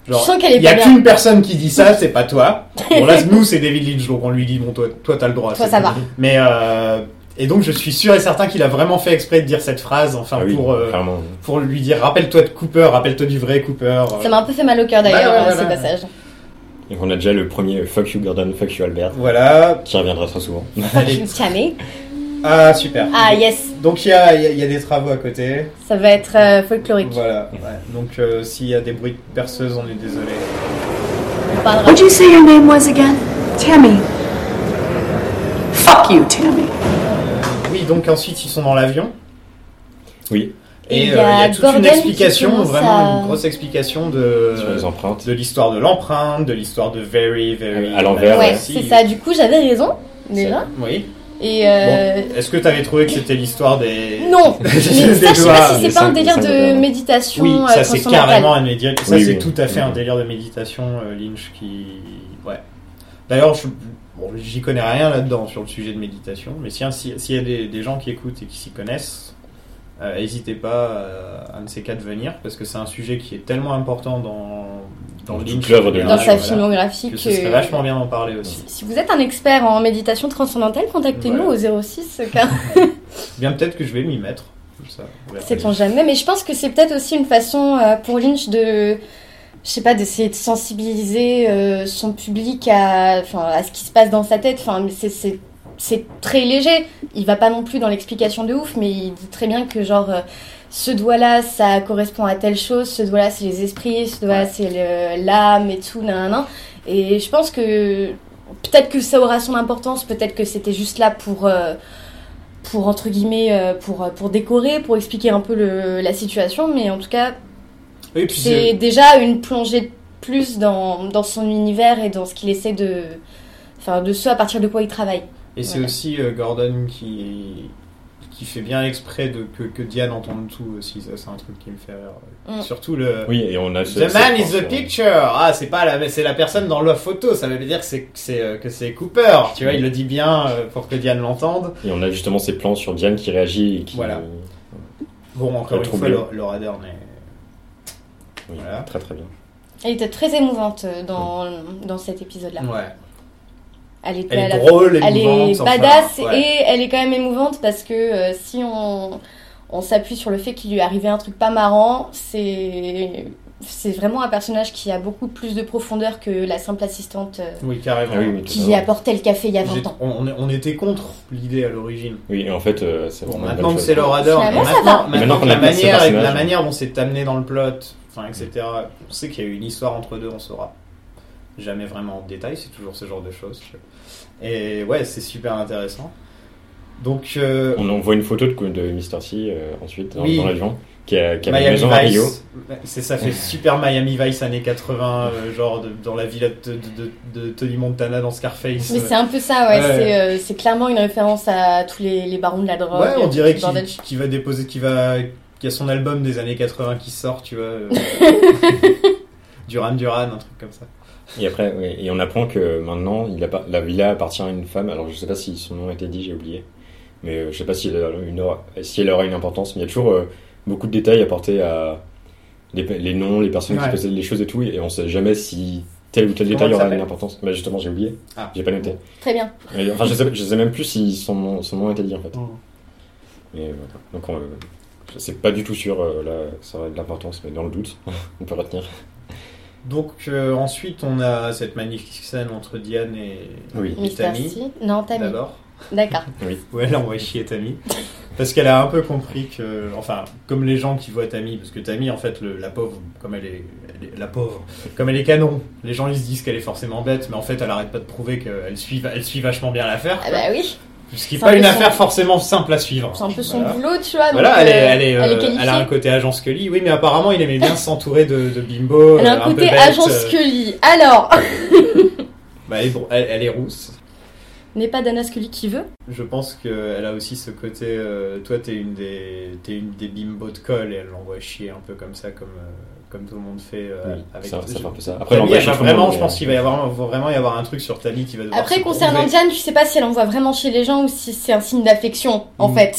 B: Je
A: Genre,
B: sens qu'elle
A: il
B: est
A: n'y a
B: pas bien.
A: qu'une personne qui dit ça, c'est pas toi. Bon, là, nous, c'est David Lynch. Donc on lui dit, bon, toi, toi t'as le droit.
B: Toi,
A: c'est
B: ça
A: bon.
B: va.
A: Mais, euh, et donc je suis sûr et certain qu'il a vraiment fait exprès de dire cette phrase. Enfin,
D: Ah oui,
A: pour, euh,
D: clairement.
A: pour lui dire, rappelle-toi de Cooper, rappelle-toi du vrai Cooper.
B: Ça m'a un peu fait mal au cœur d'ailleurs,
A: Bah, ouais,
B: euh, ce
A: voilà.
B: passage.
D: Et on a déjà le premier euh, fuck you Gordon, fuck you Albert,
A: Voilà.
D: qui reviendra très souvent.
A: Allez.
B: Tiamé.
A: Ah, super.
B: Ah yes,
A: Donc il y a, il y a- il y a des travaux à côté.
B: ça va être euh, folklorique.
A: Voilà, ouais. donc euh, s'il y a des bruits de perceuse, on est désolé.
B: On parlera.
E: What'd you say your name was again? Tammy. Fuck you, Tammy.
A: Oui, donc ensuite ils sont dans l'avion.
D: Oui,
A: Et euh, il
B: Il y
A: y a
B: a
A: toute
B: Gordon
A: une
B: qui
A: explication,
B: commence
A: vraiment
B: à-
A: une grosse explication de,
D: sur les empreintes.
A: de l'histoire de l'empreinte, de l'histoire de Very, Very.
D: À l'envers,
B: Ouais,
D: Ouais,
B: c'est ça. Du coup, j'avais raison déjà.
A: Oui.
B: Et euh,
A: Est-ce que tu avais trouvé que c'était l'histoire des.
B: non. Mais ça, je sais pas si
D: les
B: c'est pas un
D: cinq-
B: délire
D: les cinq doigts.
B: de méditation
A: Oui,
B: euh,
A: ça c'est
B: transcendantale.
A: carrément un délire. Ça
D: Oui,
A: c'est
D: oui. Mm-hmm.
A: tout à fait
D: Oui.
A: un délire de méditation, euh, Lynch qui. Ouais. D'ailleurs, je... bon, j'y connais rien là-dedans sur le sujet de méditation, mais si- si- s'il y a des, des gens qui écoutent et qui s'y connaissent, euh, n'hésitez pas euh, à un de ces quatre venir parce que c'est un sujet qui est tellement important dans,
D: Dans toute
A: Lynch,
D: l'œuvre de
A: en
D: Lynch.
B: dans sa
A: général, voilà,
B: filmographie.
A: que ce serait
B: que-
A: vachement bien d'en parler aussi.
B: Si vous êtes un expert en méditation transcendantale, contactez-nous au 06 car
A: Bien peut-être que je vais m'y mettre. comme ça, on verra.
B: sait-on jamais. Mais je pense que c'est peut-être aussi une façon euh, pour Lynch de, je sais pas, d'essayer de sensibiliser euh, son public à, enfin, à ce qui se passe dans sa tête. Enfin, mais c'est- c'est c'est très léger. Il va pas non plus dans l'explication de ouf, mais il dit très bien que genre. euh, ce doigt-là, ça correspond à telle chose, ce doigt-là, c'est les esprits, ce doigt-là, c'est le- l'âme et tout, nanana. Et je pense que peut-être que ça aura son importance, peut-être que c'était juste là pour, euh, pour entre guillemets, euh, pour, pour décorer, pour expliquer un peu le, la situation, mais en tout cas,
A: Oui, puis
B: c'est
A: c'est-
B: déjà une plongée de plus dans, dans son univers et dans ce qu'il essaie de. Enfin, de ce à partir de quoi il travaille.
A: et c'est
B: voilà.
A: aussi euh, Gordon qui qui fait bien exprès de que, que Diane entende tout aussi. Ça, c'est un truc qui me fait rire.
B: Mm.
A: Surtout le.
D: Oui, et on a ce-
A: The
D: cette
A: man is
D: pensée,
A: the picture. Ah, c'est pas la, mais c'est la personne dans la photo. Ça veut dire que c'est que c'est euh, que c'est Cooper. Tu vois, il le dit bien euh, pour que Diane l'entende.
D: Et on a justement ces plans sur Diane qui réagit et qui euh,
A: Voilà. Bon, encore une
D: Troublé.
A: fois, Laura Dern est.
D: Oui,
A: Voilà.
D: très très bien.
B: Elle était très émouvante euh, dans, dans cet épisode-là.
A: Ouais.
B: Elle était
A: Elle
B: à
A: est
B: la
A: drôle,
B: elle
A: émouvante.
B: est
A: enfin,
B: badass
A: ouais.
B: et elle est quand même émouvante parce que euh, si on, on s'appuie sur le fait qu'il lui est arrivé un truc pas marrant, c'est c'est vraiment un personnage qui a beaucoup plus de profondeur que la simple assistante euh,
A: Oui, carrément.
D: Ah oui, oui,
B: qui
D: totalement.
B: apportait le café il y a 20
A: J'ai-
B: ans.
A: on, on est- on était contre l'idée à l'origine.
D: Oui, et en fait, euh, c'est vraiment. une
A: Maintenant
D: bonne
A: que
D: chose.
A: c'est Laura Dern, et
B: Finalement, ça
A: maintenant,
B: va.
A: maintenant
D: Et maintenant
A: que
D: qu'on
A: la
D: a placé ce
A: manière, et que la
D: personnage.
A: manière dont c'est amené dans le plot, enfin, etc. On sait qu'il y a eu une histoire entre deux, on saura jamais vraiment en détail. C'est toujours ce genre de choses. tu vois. Et ouais, c'est super intéressant. Donc, euh,
D: On, on voit une photo de, de Mr. C euh, ensuite dans,
A: Oui.
D: dans l'avion qui a, qui a une
A: Miami
D: maison à Rio.
A: Vice, c'est ça fait super Miami Vice années 80, euh, genre de- dans la villa de, de- de- de Tony Montana dans Scarface.
B: Mais c'est un peu ça, ouais.
A: Ouais.
B: C'est euh, c'est clairement une référence à tous les, les barons de la drogue.
A: Ouais, on
B: euh,
A: dirait
B: tout ce
A: qu'il
B: bordel.
A: qu'il va déposer, qu'il va, qu'il y a son album des années 80 qui sort, tu vois. euh, Duran Duran, un truc comme ça.
D: Et après, oui, et on apprend que maintenant, il appa- la villa appartient à une femme. Alors, je sais pas si son nom a été dit, j'ai oublié. Mais euh, je sais pas si elle, a une aura- si elle aura une importance. Mais il y a toujours euh, beaucoup de détails apportés à les, pe- les noms, les personnes
A: Ouais.
D: qui possèdent les choses et tout. Et on sait jamais si tel ou tel détail
A: elle
D: aura
A: s'appelle
D: une importance. Bah, justement, j'ai oublié.
A: Ah.
D: J'ai pas noté.
B: Très bien.
D: Mais, enfin, je sais, je sais même plus si son nom, son nom a été dit en fait. Mais voilà. Donc, on, euh, c'est pas du tout sûr, euh, là, ça aurait de l'importance, mais dans le doute, on peut retenir.
A: Donc euh, ensuite, on a cette magnifique scène entre Diane et,
D: Oui.
A: et
B: Mister
A: Tammy.
B: C. Non, Tammy.
A: D'abord.
B: D'accord.
A: Ouais, là, on va chier Tammy. Parce qu'elle a un peu compris que, enfin, comme les gens qui voient Tammy, parce que Tammy, en fait, le- la pauvre, comme elle est, elle est- la pauvre, comme elle est canon, les gens ils se disent qu'elle est forcément bête, mais en fait, elle arrête pas de prouver qu'elle suit, elle suit vachement bien l'affaire.
B: Ah bah oui.
A: Ce qui n'est
B: C'est un
A: pas
B: peu
A: une
B: son-
A: affaire forcément simple à suivre.
B: C'est un peu son
A: Voilà.
B: boulot, tu vois. donc,
A: Voilà, elle, est,
B: euh,
A: elle, est, euh, elle,
B: qualifiée.
A: a un côté agent Scully. Oui, mais apparemment, il aimait bien s'entourer de, de bimbo.
B: Elle a un,
A: peu
B: côté
A: bête,
B: agent
A: euh,
B: Scully. Alors,
A: bah, elle, est bro- elle- elle est rousse.
B: n'est pas Dana Scully qui veut.
A: Je pense qu'elle a aussi ce côté. euh, toi, t'es une des, t'es une des bimbo de colle et elle l'envoie chier un peu comme ça, comme, euh, comme tout le monde fait euh,
D: Oui,
A: avec.
D: ça, ça fait un peu ça. Après,
A: Tammy, elle
D: l'engagement,
A: va
D: tout le
A: vraiment,
D: monde,
A: je
D: mais-
A: pense qu'il va y avoir va vraiment y avoir un truc sur Tammy qui va devoir.
B: Après,
A: se
B: concernant
A: prouver.
B: Diane, je sais pas si elle envoie vraiment chez les gens ou si c'est un signe d'affection, en
A: Mm.
B: fait.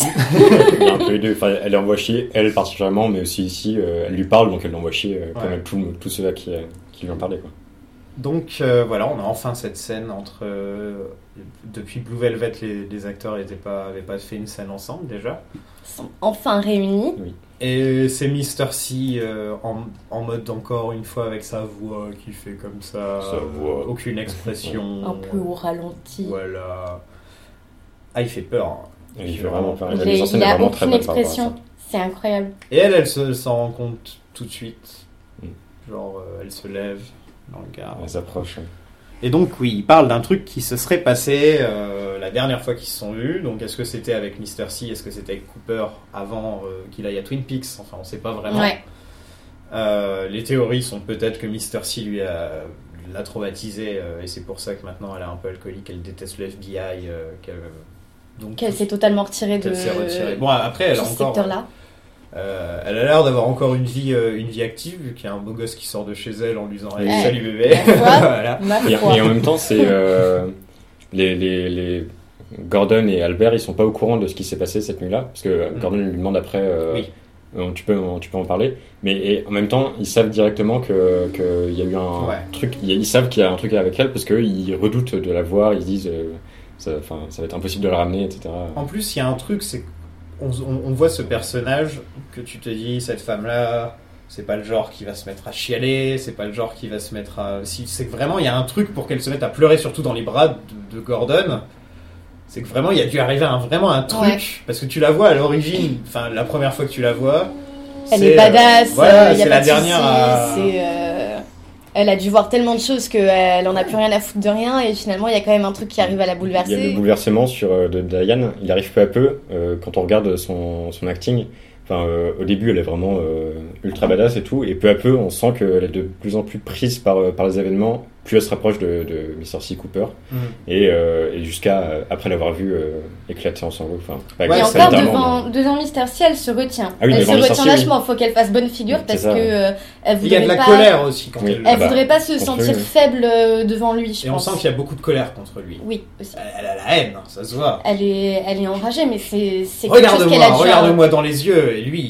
D: Il y a un peu les deux. Enfin, elle envoie chier, elle particulièrement, mais aussi ici, euh, elle lui parle, donc elle l'envoie chier euh, quand
A: Ouais.
D: même tout, tout ceux-là qui, euh, qui lui ont parlé. Quoi.
A: Donc euh, voilà, on a enfin cette scène entre. euh, depuis Blue Velvet, les, les acteurs n'avaient pas, avaient pas fait une scène ensemble déjà.
B: Ils sont enfin réunis.
A: Et c'est Mister C euh, en, en mode encore une fois avec sa voix qui fait comme ça. euh,
D: Sa voix.
A: Aucune expression.
B: Un peu au ralenti.
A: Voilà. Ah, il fait peur. hein.
D: Et il fait vraiment peur. La
B: Il,
D: mise en
B: il
D: scène est
B: a
D: vraiment très
B: aucune
D: bonne par rapport à
B: expression. C'est incroyable.
A: Et elle, elle se- s'en rend compte tout de suite.
D: Mm.
A: Genre, euh, elle se lève dans le
D: ça.
A: regard.
D: Elle s'approche. hein.
A: Et donc, oui, il parle d'un truc qui se serait passé euh, la dernière fois qu'ils se sont vus. Donc, est-ce que c'était avec Mr. C Est-ce que c'était avec Cooper avant euh, qu'il aille à Twin Peaks Enfin, on sait pas vraiment.
B: Ouais.
A: Euh, les théories sont peut-être que Mr. C lui a l'a traumatisé euh, et c'est pour ça que maintenant elle est un peu alcoolique, elle déteste le FBI. euh, qu'elle, donc,
B: Qu'elle s'est totalement retirée de
A: qu'elle s'est retirée. Bon, après, elle
B: de
A: a
B: ce
A: encore.
B: secteur-là.
A: Euh, elle a l'air d'avoir encore une vie, euh, une vie active, vu qu'il y a un beau gosse qui sort de chez elle en lui disant Hey,
B: Ouais.
A: Salut bébé
B: La fois.
A: Voilà.
B: Ma
D: Et,
B: foi.
D: et en même temps, c'est. euh, les, les, les- Gordon et Albert, ils sont pas au courant de ce qui s'est passé cette nuit-là, parce que
A: Mm.
D: Gordon lui demande après. euh,
A: Oui.
D: euh, Tu peux, tu peux en parler, mais et en même temps, ils savent directement que qu'il y a eu un
A: Ouais.
D: truc. il y a- Ils savent qu'il y a un truc avec elle parce qu'ils redoutent de la voir. Ils disent, euh, ça, enfin, ça va être impossible de la ramener, etc.
A: En plus, il y a un truc, c'est qu'on on- on voit ce personnage que tu te dis, cette femme-là, c'est pas le genre qui va se mettre à chialer, c'est pas le genre qui va se mettre à. Si, c'est que vraiment, il y a un truc pour qu'elle se mette à pleurer, surtout dans les bras de, de Gordon. c'est que vraiment il y a dû arriver un, vraiment un truc
B: Ouais.
A: parce que tu la vois à l'origine, enfin la première fois que tu la vois.
B: Elle
A: c'est,
B: est
A: euh,
B: badass, il
A: voilà,
B: y a
A: c'est
B: pas
A: la
B: de
A: dernière.
B: soucis,
A: à-
B: c'est, euh, Elle a dû voir tellement de choses qu'elle en a plus rien à foutre de rien et finalement il y a quand même un truc qui arrive à la
D: Il y a
B: bouleverser.
D: le bouleversement sur, euh, de Diane, il arrive peu à peu euh, quand on regarde son, son acting. Enfin, euh, au début, elle est vraiment euh, ultra badass et tout, et peu à peu, on sent qu'elle est de plus en plus prise par, euh, par les événements, plus elle se rapproche de, de Mr. C. Cooper,
A: Mhm.
D: et, euh, et jusqu'à euh, après l'avoir vu euh, éclater en sanglots. Enfin, pas
A: Ouais,
B: et
D: grave,
A: c'est
B: encore
D: littéralement,
B: devant, devant Mister C, elle se retient.
D: Ah
B: elle
D: oui,
B: se
D: devant Mister
B: retient
D: C, oui.
B: vachement, faut qu'elle fasse bonne figure
D: C'est
B: parce
D: ça.
B: que euh, elle
A: Il y a
B: voudrait
A: de la
B: pas,
A: colère aussi quand
D: Oui.
A: elle.
B: elle
D: Ah bah,
B: voudrait pas se
D: on peut,
B: sentir
D: oui.
B: faible euh, devant lui, je
A: Et on
B: pense.
A: sent qu'il y a beaucoup de colère contre lui.
B: Oui, aussi.
A: Elle, elle a la haine, hein, ça se voit.
B: Elle est, elle est enragée, mais c'est c'est quelque chose qu'elle a
A: Regarde-moi,
B: dû.
A: regarde-moi dans les yeux. Et lui,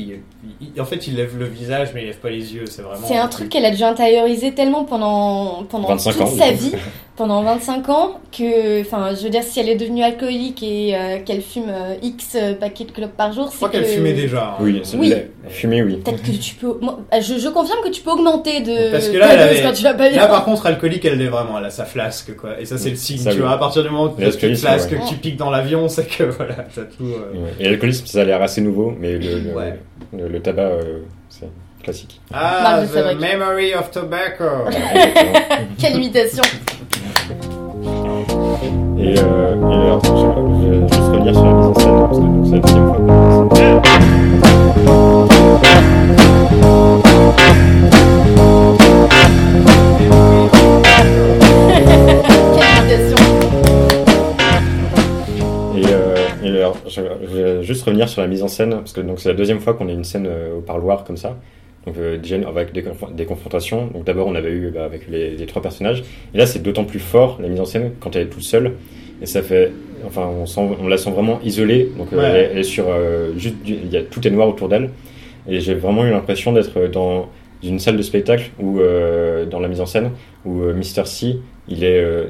A: il- il- en fait, il lève le visage, mais il lève pas les yeux. C'est vraiment.
B: C'est un truc qu'elle a dû intérioriser tellement pendant, pendant
D: 25
B: toute
D: ans,
B: sa
D: du coup.
B: vie, pendant 25 ans, que, enfin, je veux dire, si elle est devenue alcoolique et euh, qu'elle fume euh, X euh, paquets de clopes par jour,
A: Je
B: c'est
A: crois qu'elle
B: que-
A: fumait déjà. hein.
D: Oui, c'est
B: Oui.
D: la- fumée, oui.
B: Peut-être que tu peux. moi, euh, je, je confirme que tu peux augmenter de.
A: Parce que là,
B: ta
A: elle
B: dose
A: avait-
B: quand tu vas pas bien.
A: Là, par contre, alcoolique, elle est vraiment, elle a sa flasque, quoi. Et ça, c'est le signe,
D: Ça,
A: tu
D: oui.
A: vois. À partir du moment où tu
D: Les
A: as une
D: alcoolistes,
A: flasque
D: ouais. Mm.
A: que tu piques dans l'avion, c'est que voilà, t'as tout. euh.
D: Ouais. Et l'alcoolisme, ça a l'air assez nouveau, mais le, le,
A: Ouais.
D: le- le tabac, euh, c'est classique.
A: Ah,
B: Marque de
A: the
B: fabrique.
A: memory of tobacco.
D: Exactement.
B: Quelle imitation
D: Et, euh, et alors, je sais pas, je vais juste revenir sur la mise en scène, parce que donc, c'est la deuxième fois qu'on fait ça.
A: Euh,
B: Quelle imitation
D: Et, euh, et alors, je, je vais juste revenir sur la mise en scène, parce que donc c'est la deuxième fois qu'on a une scène euh, au parloir comme ça. Donc euh, déjà avec des, conf- des confrontations. Donc d'abord on avait eu bah, avec les, les trois personnages. Et là c'est d'autant plus fort la mise en scène quand elle est toute seule. Et ça fait, enfin on, sent, on la sent vraiment isolée. Donc euh,
A: Ouais.
D: elle, est- elle est sur euh, juste, du- il y a tout est noir autour d'elle. Et j'ai vraiment eu l'impression d'être euh, dans une salle de spectacle ou euh, dans la mise en scène où euh, Mr C il est euh,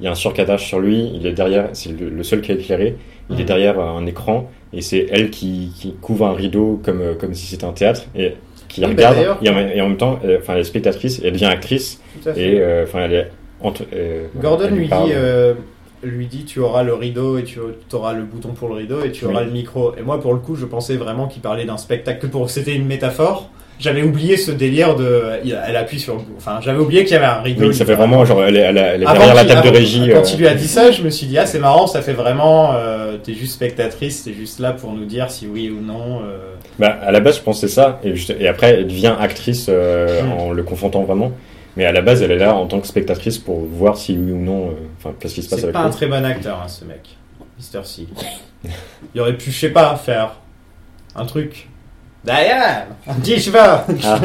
D: il y a un surcadage sur lui, il est derrière, c'est le, le seul qui est éclairé, il est
A: Mhm.
D: derrière euh, un écran, et c'est elle qui, qui couvre un rideau comme, euh, comme si c'était un théâtre, et qui
A: Oui, bah
D: regarde,
A: d'ailleurs.
D: et, en, et en même temps, elle, enfin, elle est spectatrice, elle devient actrice,
A: Tout à fait.
D: et euh, enfin, elle est entre. euh,
A: Gordon
D: elle
A: lui dit,
D: parle.
A: euh, lui dit tu auras le rideau et tu auras le bouton pour le rideau et tu auras
D: Oui.
A: le micro. Et moi, pour le coup, je pensais vraiment qu'il parlait d'un spectacle, que pour c'était une métaphore. J'avais oublié ce délire de. il- Elle appuie sur le bouton. Enfin, j'avais oublié qu'il y avait un rideau.
D: Oui, ça fait
A: littéralement.
D: vraiment genre, elle est, elle est- elle est
A: Avant
D: derrière la
A: qu'il-
D: table de
A: avant-
D: régie.
A: Quand
D: euh,
A: il lui a dit ça, je me suis dit, ah, c'est marrant, ça fait vraiment. euh, t'es juste spectatrice, t'es juste là pour nous dire si oui ou non. euh.
D: Bah, à la base, je pensais ça, et, juste- et après, elle devient actrice euh,
A: Hmm.
D: en le confrontant vraiment. Mais à la base, elle est là en tant que spectatrice pour voir si oui ou non, euh, enfin, qu'est-ce qui se passe
A: C'est
D: avec
A: pas un
D: lui.
A: très bon acteur, hein, ce mec, Mister C. Il aurait pu, je sais pas, faire un truc. Diane Dis, je pas
D: Ah.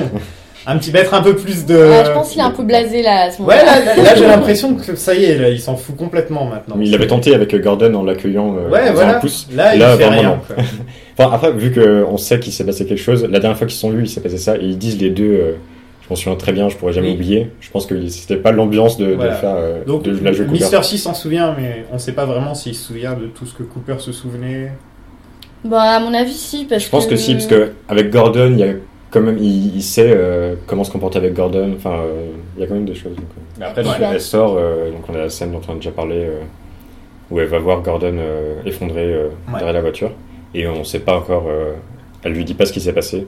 A: Un petit mettre un peu plus de.
B: Ah, Je pense qu'il est un peu blasé là à ce
A: Ouais,
B: moment-là.
A: là, là, là, j'ai l'impression que ça y est, là, il s'en fout complètement maintenant.
D: Mais il l'avait tenté avec Gordon en l'accueillant euh, en
A: Ouais,
D: faisant un
A: voilà.
D: pouce.
A: Là, il
D: Là,
A: fait
D: vraiment,
A: rien.
D: non.
A: quoi.
D: Enfin, après, vu qu'on sait qu'il s'est passé quelque chose, la dernière fois qu'ils se sont vus, il s'est passé ça, et ils disent les deux, euh, je m'en souviens très bien, je pourrais jamais
A: Oui.
D: oublier. Je pense que c'était pas l'ambiance de, de
A: Voilà.
D: faire euh,
A: Donc,
D: de la jeu Cooper.
A: Mister C s'en souvient, mais on sait pas vraiment s'il se souvient de tout ce que Cooper se souvenait.
B: Bah, à mon avis, si. Parce
D: Je pense que si, parce que avec Gordon, il y a quand même, il, il sait euh, comment se comporter avec Gordon. Enfin, euh, il y a quand même des choses. donc, euh. Mais après, donc,
B: Ouais.
D: elle sort, euh, donc on a la scène dont on a déjà parlé, euh, où elle va voir Gordon euh, effondré euh,
A: Ouais.
D: derrière la voiture, et on ne sait pas encore. euh, elle lui dit pas ce qui s'est passé,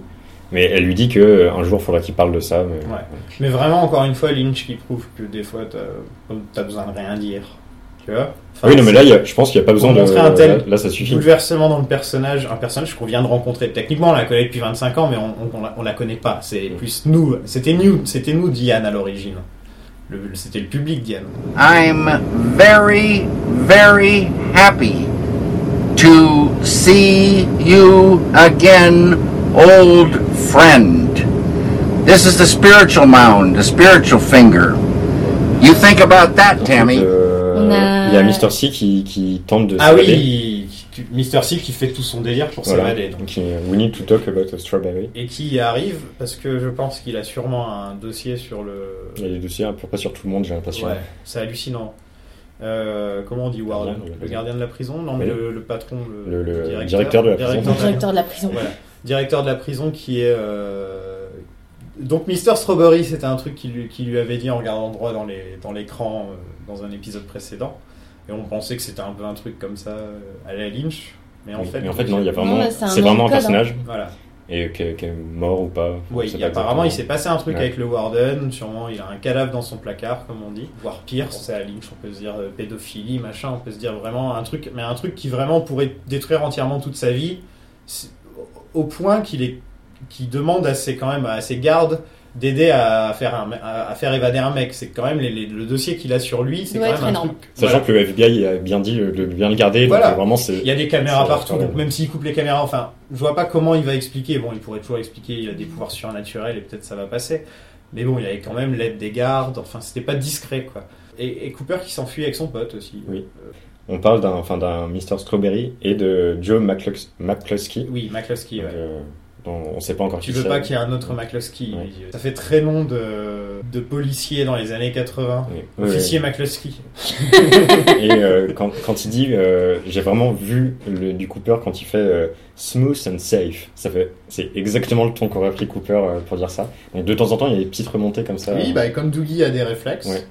D: mais elle lui dit que euh, un jour, il faudra qu'il parle de ça. mais-
A: Ouais. Mais vraiment, encore une fois, Lynch qui prouve que des fois, t'as t'as besoin de rien dire. Tu vois Enfin,
D: oui, non, mais là, il y a- je pense qu'il n'y a pas besoin de.
A: montrer un tel
D: là, ça suffit.
A: Bouleversement dans le personnage, un personnage qu'on vient de rencontrer. Techniquement, on la connaît depuis 25 ans, mais on, on- on la, on la connaît pas. C'est
D: Mm.
A: plus nous. C'était nous, c'était nous, Diane, à l'origine. Le- C'était le public, Diane.
F: I'm very, very happy to see you again, old friend. This is the spiritual mound, the spiritual finger. You think about that, Tammy.
D: Euh,
B: On a-
D: Il y a Mr. C qui, qui tente de
A: Ah
D: s'évader.
A: oui, tu- Mr. C qui fait tout son délire pour
D: Voilà.
A: s'évader. donc.
D: Donc, euh, we need to talk about a strawberry.
A: Et qui y arrive, parce que je pense qu'il a sûrement un dossier sur le.
D: Il y a des dossiers à peu près sur tout le monde, j'ai l'impression.
A: Ouais, c'est hallucinant. Euh, comment on dit Warden
D: Gardien de la
A: Le
D: prison.
A: gardien de la prison Non, mais
D: Oui.
A: le, le patron, le,
D: Le- le directeur de la prison.
A: directeur
B: Le directeur de la prison.
A: Voilà. Directeur de la prison qui est. euh, Donc, Mr. Strawberry, c'était un truc qu'il lui, qu'il lui avait dit en regardant droit dans les- dans l'écran dans, dans un euh, épisode précédent. Et on pensait que c'était un peu un truc comme ça euh, à la Lynch. Mais en
D: Oui,
A: fait,
D: mais en fait, non, il y a vraiment,
B: mais c'est un hein.
D: c'est vraiment
B: nom de
D: un
B: code,
D: personnage
A: Voilà.
D: et qui est, qui est mort ou pas.
A: Oui,
D: on sait
A: il-
D: pas
A: apparemment, il s'est
D: exactement.
A: passé un truc
D: Ouais.
A: avec le Warden. Sûrement, il a un cadavre dans son placard, comme on dit. Voire pire, c'est à Lynch, on peut se dire euh, pédophilie, machin. On peut se dire vraiment un truc, mais un truc qui vraiment pourrait détruire entièrement toute sa vie, c'est- au point qu'il est, qu'il demande à ses quand même à ses gardes d'aider à faire un, à, à faire évader un mec. C'est quand même les- les- le dossier qu'il a sur lui, c'est
B: Doit
A: quand
B: être
A: même un
B: énorme.
A: truc.
D: Sachant
A: voilà.
D: que le FBI a bien dit euh, de bien le garder,
A: Voilà.
D: donc euh, vraiment c'est.
A: Il y a des caméras
D: C'est
A: partout,
D: incroyable.
A: donc même s'il coupe les caméras, enfin, je vois pas comment il va expliquer. Bon, il pourrait toujours expliquer, il a des pouvoirs surnaturels et peut-être ça va passer. Mais bon, il avait quand même l'aide des gardes, enfin, c'était pas discret, quoi. Et, et Cooper qui s'enfuit avec son pote aussi.
D: Oui. On parle d'un, enfin d'un Mr Strawberry et de Joe McClux- McCluskey.
A: Oui, McCluskey,
D: Donc,
A: ouais.
D: euh, dont on sait pas encore
A: Tu
D: qui
A: veux
D: c'est.
A: pas qu'il y ait un autre McCluskey.
D: Ouais.
A: Ça fait très nom de, de policier dans les années 80.
D: Oui. Oui,
A: Officier McCluskey.
D: oui. Et euh, quand, quand il dit, euh, j'ai vraiment vu le, du Cooper quand il fait euh, smooth and safe. Ça fait, c'est exactement le ton qu'aurait pris Cooper euh, pour dire ça. Donc de temps en temps, il y a des petites remontées comme ça.
A: Oui, bah, comme Doogie a des réflexes,
D: Ouais.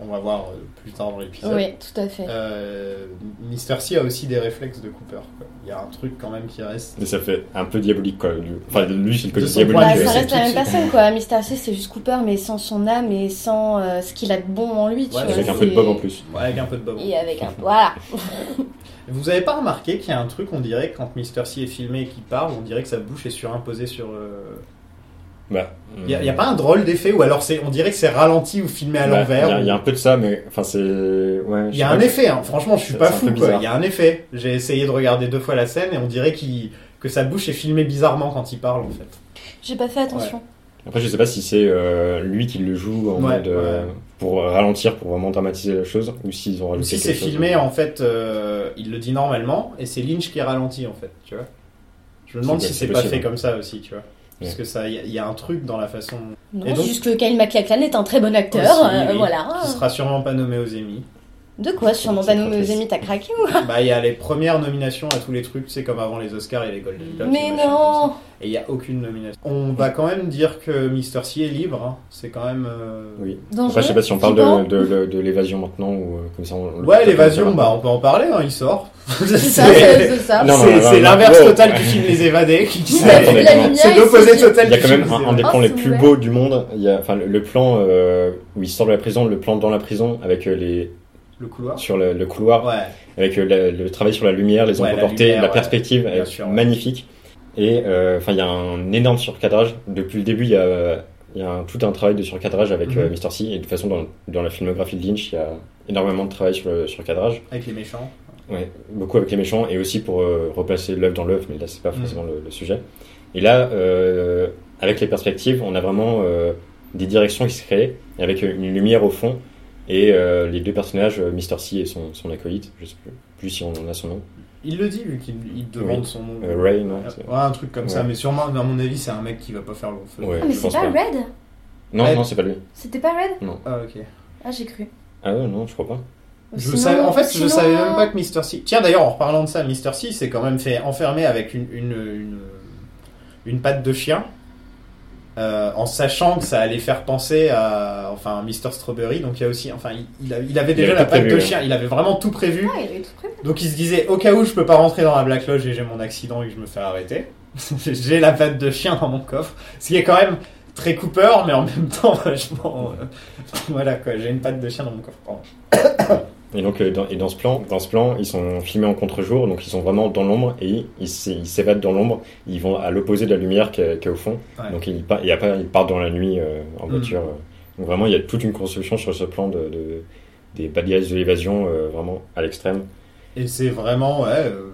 A: on va voir euh, plus tard dans l'épisode.
B: Oui, tout à fait.
A: Euh, Mister C a aussi des réflexes de Cooper. quoi. Il y a un truc quand même qui reste.
D: Et ça fait un peu diabolique quoi. Du- Enfin, lui, c'est le côté
A: De son point
B: Bah,
A: de
D: diabolique.
A: vue,
B: ça
D: euh,
B: reste
A: tout
B: la même
A: de suite.
B: personne quoi. Mister C, c'est juste Cooper, mais sans son âme et sans euh, ce qu'il a de bon en lui. Tu
A: Ouais,
B: vois,
D: Avec un peu de
B: c'est-
D: bob en plus.
A: Ouais, Avec un peu de bob.
B: Et avec un. Voilà.
A: Vous avez pas remarqué qu'il y a un truc, on dirait que quand Mister C est filmé et qu'il parle, on dirait que sa bouche est surimposée sur. euh,
D: Bah,
A: Il y a, il y a pas un drôle d'effet ou alors c'est, on dirait que c'est ralenti ou filmé à
D: Bah,
A: l'envers.
D: Il y a-
A: ou-
D: il y, a un peu de ça, mais enfin c'est. Ouais, je
A: Il
D: sais
A: y a
D: pas.
A: un effet, hein. franchement, je suis
D: C'est-
A: pas
D: c'est un
A: fou.
D: peu
A: Quoi.
D: bizarre.
A: Il y a un effet. J'ai essayé de regarder deux fois la scène et on dirait qu'il- que sa bouche est filmée bizarrement quand il parle en fait.
B: J'ai pas fait attention.
D: Après, je sais pas si c'est euh, lui qui le joue en
A: Ouais,
D: mode euh,
A: ouais.
D: pour ralentir, pour vraiment dramatiser la chose, ou s'ils ont
A: Ou
D: rajouté
A: si c'est
D: quelque chose.
A: filmé, en fait, euh, il le dit normalement et c'est Lynch qui ralentit en fait, tu vois. Je me demande
D: C'est
A: si c'est
D: possible,
A: pas
D: hein.
A: fait comme ça aussi, tu vois. Parce que ça, il y a- il y, a un truc dans la façon.
B: Non,
A: Et donc-
B: c'est juste que Kyle MacLachlan est un très bon acteur.
A: Aussi,
B: euh,
A: oui,
B: Voilà.
A: Qui sera sûrement pas nommé aux Emmy.
B: De quoi Sûrement pas
D: C'est
B: nous, nos
D: triste.
B: amis, t'as craqué ou
A: Bah, il y a les premières nominations à tous les trucs, c'est comme avant les Oscars et les Golden Globes.
B: Mais
A: et machin comme
B: non
A: ça. Et il y a aucune nomination. On va quand même dire que Mister C est libre. hein. C'est quand même. euh,
D: Oui.
B: Dangereux,
D: Après, je sais pas si on parle
B: flippant.
D: de, de, de- de l'évasion maintenant ou euh, comme ça. On,
A: Ouais, l'évasion, bah, on peut en parler. hein, il sort. C'est
B: C'est ça, c'est c'est ça.
D: Non, non,
A: c'est-
D: non,
A: c'est
D: non,
A: l'inverse
D: non.
A: total du film Les Évadés. qui- qui-
B: Il a vu
D: Ouais,
B: la
D: ouais.
B: lumière,
A: C'est
B: il s'est
A: l'opposé
B: dit-
A: total
D: Il y a
A: du
D: quand
A: film
D: même
A: Les
D: un, un des
A: Évadés.
B: Oh,
D: plans les
B: c'est
D: plus
B: ouvert.
D: beaux du monde. Il y a, enfin, le, le plan euh, où il sort de la prison, le plan dans la prison avec euh, les
A: Le couloir.
D: sur le, le couloir,
A: Ouais.
D: avec euh, la- le travail sur la lumière, les
A: Ouais,
D: ombres
A: la
D: portées,
A: lumière,
D: la
A: ouais.
D: perspective,
A: Bien
D: elle est
A: sûr, ouais.
D: magnifique. Et euh, enfin, il y a un énorme surcadrage. Depuis le début, il y a, il y a un- tout un travail de surcadrage avec
A: Mhm.
D: euh, Mr. C. Et de toute façon, dans, dans la filmographie de Lynch, il y a énormément de travail sur le surcadrage.
A: Avec les méchants.
D: Ouais, beaucoup avec les méchants et aussi pour euh, replacer l'œuf dans l'œuf, mais là, c'est pas forcément le, le sujet. Et là, euh, avec les perspectives, on a vraiment euh, des directions qui se créent avec une lumière au fond. Et euh, les deux personnages, euh, Mr. C et son, son acolyte, je sais plus, plus si on en a son nom.
A: Il le dit, vu qu'il il demande son nom.
D: Euh, Ray, non
A: Ouais,
D: c'est-
A: un truc comme ça,
D: Ouais.
A: mais sûrement, à mon avis, c'est un mec qui va pas faire long feu.
D: Ouais,
B: Ah, mais
D: je
B: c'est
D: pense
B: pas
D: pas.
B: Red
D: Non,
A: Ouais.
D: non, c'est pas lui.
B: C'était pas Red
A: Ah, ok.
B: Ah, j'ai cru.
D: Ah ouais, non, je crois pas.
A: Je
B: Sinon-
A: savais- en fait, je
B: sinon-
A: savais même pas que Mister C. Tiens, d'ailleurs, en reparlant de ça, Mister C s'est quand même fait enfermer avec une, une, une, une patte de chien. euh, en sachant que ça allait faire penser à enfin Mister Strawberry, donc il y a aussi, enfin il, il a- il avait déjà
D: avait
A: la
D: tout
A: patte
D: prévu,
A: de
D: ouais.
A: chien, il avait vraiment tout prévu,
B: Ah, il avait tout prévu.
A: donc il se disait au cas où je peux pas rentrer dans la Black Lodge et j'ai mon accident et que je me fais arrêter, j'ai la patte de chien dans mon coffre, ce qui est quand même très Cooper, mais en même temps vachement, euh, voilà quoi, j'ai une patte de chien dans mon coffre. Pardon.
D: Et donc, euh, dans, et dans, ce plan, dans ce plan, ils sont filmés en contre-jour, donc ils sont vraiment dans l'ombre et ils- ils s'é- ils s'évadent dans l'ombre. Ils vont à l'opposé de la lumière qui est, qui est au fond.
A: Ouais.
D: Donc, ils, par- et après, ils partent dans la nuit euh, en
A: Mm.
D: voiture. euh. Donc, vraiment, il y a toute une construction sur ce plan de, de- des bagages de l'évasion euh, vraiment à l'extrême.
A: Et c'est vraiment ouais, euh,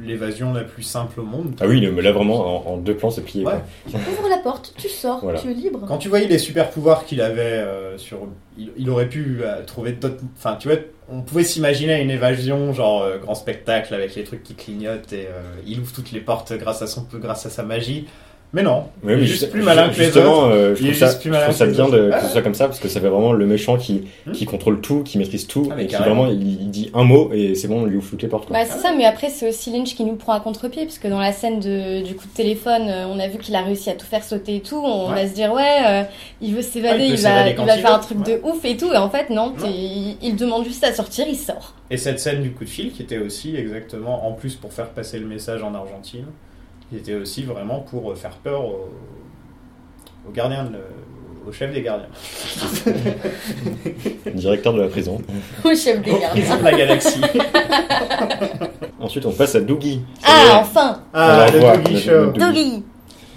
A: l'évasion la plus simple au monde.
D: Ah oui, le- là, vraiment, en, en deux plans, c'est plié. quoi.
A: Ouais.
B: Ouvre la porte, tu sors,
D: Voilà.
B: tu es libre.
A: Quand tu voyais les super pouvoirs qu'il avait euh, sur, il, il aurait pu euh, trouver d'autres. Enfin, tu vois, on pouvait s'imaginer une évasion genre euh, grand spectacle avec les trucs qui clignotent et euh, il ouvre toutes les portes grâce à son grâce à sa magie. Mais non,
D: Oui,
A: il
D: mais
A: est juste
D: ju-
A: plus malin que les
D: justement,
A: autres.
D: euh, je
A: Il est
D: trouve ça,
A: juste plus
D: je trouve
A: malin
D: ça
A: que les
D: bien de,
A: autres.
D: que ce soit comme ça, parce que ça fait vraiment le méchant qui,
A: Hmm.
D: qui contrôle tout, qui maîtrise tout,
A: Ah, mais
D: et qui
A: carrément.
D: vraiment il, il dit un mot et c'est bon, on lui ouvre toutes les portes. quoi.
A: Ah
B: Bah, c'est ça, mais après, c'est aussi Lynch qui nous prend à contre-pied, parce que dans la scène de, du coup de téléphone, euh, on a vu qu'il a réussi à tout faire sauter et tout. On
A: Ouais.
B: va se dire, ouais, euh, il veut
A: Ouais,
B: s'évader,
A: il peut
B: il, va,
A: s'évader
B: il
A: quand
B: va
A: il
B: faire
A: veut,
B: un truc de ouf et tout. Et en fait, non, t'es- il, il demande juste à sortir, il sort.
A: Et cette scène du coup de fil qui était aussi exactement, en plus pour faire passer le message en Argentine, qui était aussi vraiment pour euh, faire peur aux, aux gardiens, de le- au chef des gardiens.
D: Directeur de la prison.
B: Au chef des
A: Aux
B: gardiens.
A: prisons de Oh, la galaxie.
D: Ensuite, on passe à Doogie.
B: Ah, enfin
A: Ah,
D: On
A: le
D: la
A: Doogie
D: voit,
A: Show.
D: le- Doogie.
B: Doggy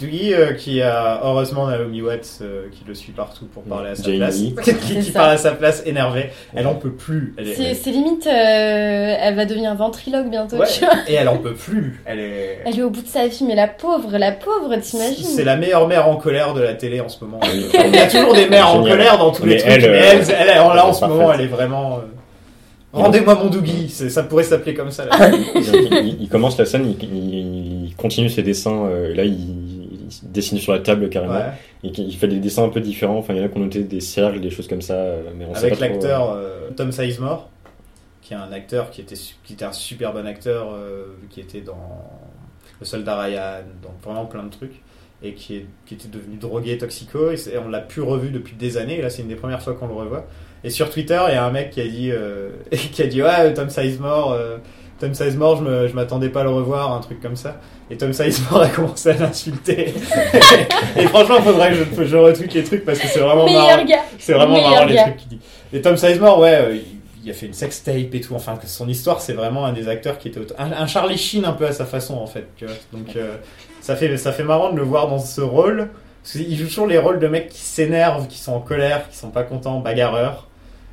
A: Doogie euh, qui a heureusement Naomi Watts euh, qui le suit partout pour parler à sa
D: Jamie
A: place.
D: Lee.
A: qui qui
B: ça.
A: parle à sa place énervée. Elle en peut plus. Elle est-
B: C'est c'est limite, euh, elle va devenir ventriloque bientôt,
A: Ouais,
B: tu vois.
A: et elle en peut plus. Elle est.
B: Elle est au bout de sa vie, mais la pauvre, la pauvre,
A: C'est
B: t'imagines
A: la meilleure mère en colère de la télé en ce moment.
D: Oui.
A: Il y a toujours des mères en
D: Génial.
A: colère dans tous les
D: Mais
A: trucs,
D: elle,
A: mais
D: euh,
A: elle, elle, alors là, en
D: elle est
A: ce moment,
D: parfaite.
A: elle est vraiment. euh, Rendez-moi mon Doogie, c'est- ça pourrait s'appeler comme ça. là.
D: il, il- il commence la scène, il, il- il continue ses dessins. euh, et là, il, il dessine sur la table carrément.
A: Ouais.
D: Et qu'il- il fait des dessins un peu différents. Enfin, il y en a qui ont noté des cercles, des choses comme ça. euh, Mais on sait
A: Avec
D: pas trop,
A: l'acteur euh, Tom Sizemore, qui est un acteur qui était, su- qui était un super bon acteur, euh, qui était dans Le Soldat Ryan, dans vraiment plein de trucs, et qui, est, qui était devenu drogué, toxico, et, c'est- et on l'a plus revu depuis des années, et là c'est une des premières fois qu'on le revoit. Et sur Twitter, il y a un mec qui a dit, euh, qui a dit ouais, Tom Sizemore. euh, Tom Sizemore, je me- je m'attendais pas à le revoir, un truc comme ça. Et Tom Sizemore a commencé à l'insulter. et franchement, faudrait que je, je retweete les trucs parce que c'est vraiment marrant.
B: Meilleur gars
A: C'est vraiment
B: Meilleur
A: marrant les
B: gars.
A: trucs qu'il dit. Et Tom Sizemore, ouais, euh, il- il a fait une sextape et tout. Enfin, que son histoire, c'est vraiment un des acteurs qui était au- un, un Charlie Sheen un peu à sa façon en fait. Tu vois. Donc euh, ça fait ça fait marrant de le voir dans ce rôle. Parce qu'il joue toujours les rôles de mecs qui s'énervent, qui sont en colère, qui sont pas contents, bagarreurs.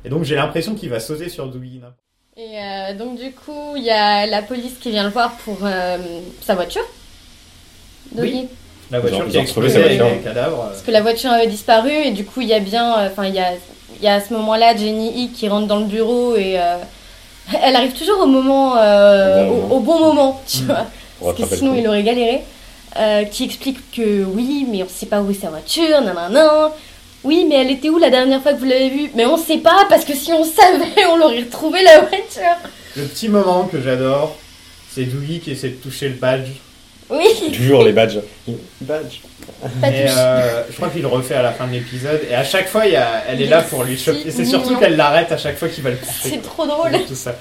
A: Et donc j'ai l'impression qu'il va sauter sur hein. Doogie. n'importe-
B: Et euh, donc du coup, il y a la police qui vient le voir pour euh, sa voiture. Doggy.
A: La voiture
D: ont-
A: qui
D: ils
A: a
D: ont retrouvé
A: explosé
D: sa
A: avec
D: voiture.
A: les cadavres. euh,
B: Parce que la voiture avait disparu et du coup, il y a bien... euh, Enfin, il y a, il y a à ce moment-là Jenny E qui rentre dans le bureau et... euh, elle arrive toujours au moment, euh,
D: Au bon Mmh.
B: au, au bon moment, tu
A: Mm.
B: vois.
D: on
B: Parce que
D: rattrape le
B: sinon,
D: coup.
B: il aurait galéré. Euh, qui explique que oui, mais on sait pas où est sa voiture, nanana. Oui, mais elle était où la dernière fois que vous l'avez vue Mais on sait pas, parce que si on savait, on l'aurait retrouvée la voiture.
A: Le petit moment que j'adore, c'est Doogie qui essaie de toucher le badge.
B: Oui,
D: Toujours les badges. Badge.
B: pas
A: Et
B: touché.
A: euh, je crois qu'il le refait à la fin de l'épisode. Et à chaque fois, il y a- elle est
B: Il
A: là
B: est
A: pour lui
B: si
A: choper. Et c'est surtout
B: mignon.
A: qu'elle l'arrête à chaque fois qu'il va le toucher.
B: C'est trop drôle.
A: Tout ça.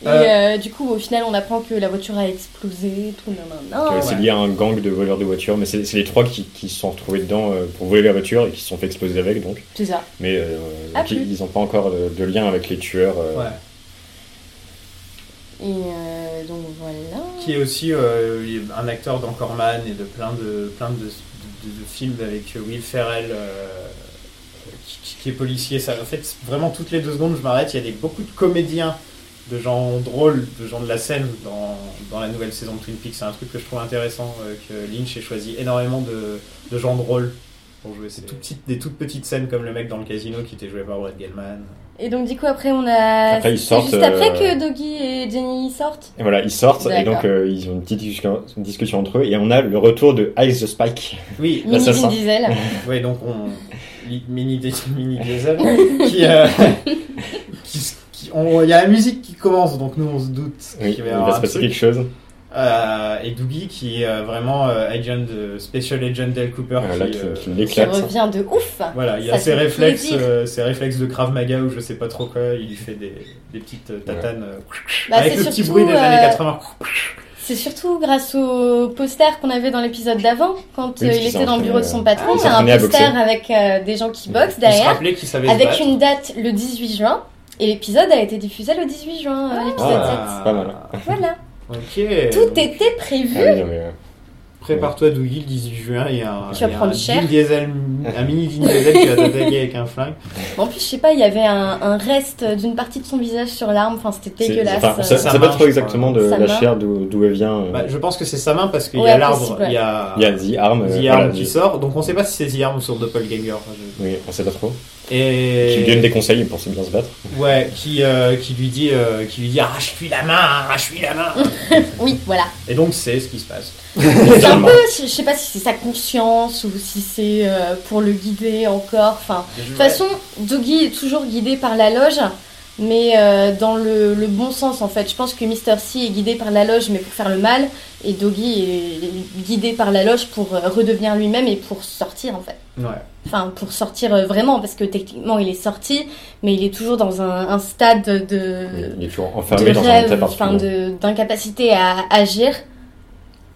B: Et
A: Euh.
B: euh, du coup, au final, on apprend que la voiture a explosé, tout nanana.
D: Euh, C'est
A: ouais.
D: lié à un gang de voleurs de voitures, mais c'est c'est les trois qui, qui se sont retrouvés dedans euh, pour voler la voiture et qui se sont fait exploser avec, donc.
B: C'est ça.
D: Mais euh,
B: Ah,
D: donc, ils-
B: plus.
D: ils n'ont pas encore de, de lien avec les tueurs. euh,
A: Ouais.
B: Et euh, donc voilà.
A: Qui est aussi euh, un acteur d'Ancorman et de plein de, plein de, de, de- de films avec euh, Will Ferrell, euh, qui, qui- qui est policier. Ça, en fait, vraiment, toutes les deux secondes, je m'arrête. Il y a des, beaucoup de comédiens, de gens drôles, de gens de la scène dans, dans la nouvelle saison de Twin Peaks. C'est un truc que je trouve intéressant, euh, que Lynch ait choisi énormément de, de gens drôles pour jouer ces tout petites, des toutes petites scènes, comme le mec dans le casino qui était joué par Brad Gelman.
B: Et donc, du coup, après, on a.
D: Après, ils
B: C'est
D: sortent,
B: juste après
D: euh,
B: que Doggy et Jenny sortent.
D: Et voilà, ils sortent et
B: D'accord.
D: donc euh, ils ont une petite discussion, une discussion entre eux et on a le retour de Ice the Spike.
A: Oui,
B: Mini
D: Bah, ça
B: Vin
D: sort.
B: Diesel.
A: Ouais, donc on. li- Mini, dé- mini diesel. qui. euh, qui s- qui- on- Il y a la musique qui commence, donc nous on se doute
D: Oui,
A: qu'il
D: il
A: va y avoir
D: va se
A: un
D: passer
A: truc.
D: quelque chose.
A: Euh, et Doogie qui est euh, vraiment euh, agent, euh, special agent Dale Cooper.
D: Euh,
A: qui,
D: là, qui,
A: euh,
D: qui
B: Qui
D: l'éclate.
B: revient de ouf.
A: voilà, il y
B: Ça
A: a ses
B: fait
A: réflexes,
B: plaisir.
A: euh, ses réflexes de Krav Maga ou je sais pas trop quoi. Il lui fait des, des petites euh, tatanes euh,
B: Bah,
A: avec
B: c'est
A: le petit
B: surtout,
A: bruit des
B: euh,
A: années 80.
B: C'est surtout grâce au poster qu'on avait dans l'épisode d'avant, quand
D: Oui,
B: euh,
D: parce
B: il
D: qu'ils
B: était dans le
D: s'entraînaient,
B: bureau de son
D: euh,
B: patron.
D: ils
B: Il y a un
D: s'entraînaient à
B: poster
D: boxer.
B: avec euh, des gens qui boxent
A: Il se
B: derrière,
A: rappelait qu'il savait se
B: avec
A: battre.
B: une date le 18 juin. Et l'épisode a été diffusé le 18 juin, euh, l'épisode
A: Ah,
D: Pas mal.
B: sept. Voilà,
A: Ok.
B: tout était prévu.
D: Ah oui, non, mais, euh,
A: Prépare-toi Dougie le 18 juin, il y a un,
B: Tu vas
A: il y a
B: prendre
A: un
B: cher.
A: Vin Diesel, un mini Vin Diesel qui va t'attaquer avec un flingue.
B: En plus, je sais pas, il y avait un, un reste d'une partie de son visage sur l'arme, enfin c'était
D: c'est-
B: dégueulasse.
D: enfin, on sait- on
A: Ça
D: sait pas
A: marche,
D: trop
A: quoi.
D: exactement de
B: Ça
D: la
B: marche.
D: chair d'où d'où elle vient. euh.
A: Bah, je pense que c'est sa main parce qu'il y a
B: Ouais,
A: l'arbre,
B: possible,
A: il y a,
D: il y a The Arm. euh,
A: The Arm
D: voilà,
A: qui
D: The-
A: sort, donc on sait pas si c'est The Arm ou sur Doppelganger. Je-
D: Oui, on sait pas trop.
A: Et...
D: Qui lui donne des conseils pour se bien se battre.
A: Ouais, qui, euh, qui lui dit, euh, qui lui dit, arrache-lui la main, arrache-lui la main.
B: Oui, voilà.
A: Et donc c'est ce qui se passe.
B: C'est un
D: Finalement.
B: peu, je je sais pas si c'est sa conscience ou si c'est euh, pour le guider encore. Enfin, de toute façon, Doggy est toujours guidé par la loge, mais euh, dans le, le bon sens en fait. Je pense que Mr. C est guidé par la loge, mais pour faire le mal, et Doggy est guidé par la loge pour euh, redevenir lui-même et pour sortir en fait.
A: Ouais.
B: Enfin, pour sortir euh, vraiment, parce que techniquement il est sorti, mais il est toujours dans un, un stade de,
D: Il est toujours
B: Euh, de
D: enfermé dans un état
B: rêve, enfin
D: particulier.
B: de- d'incapacité à agir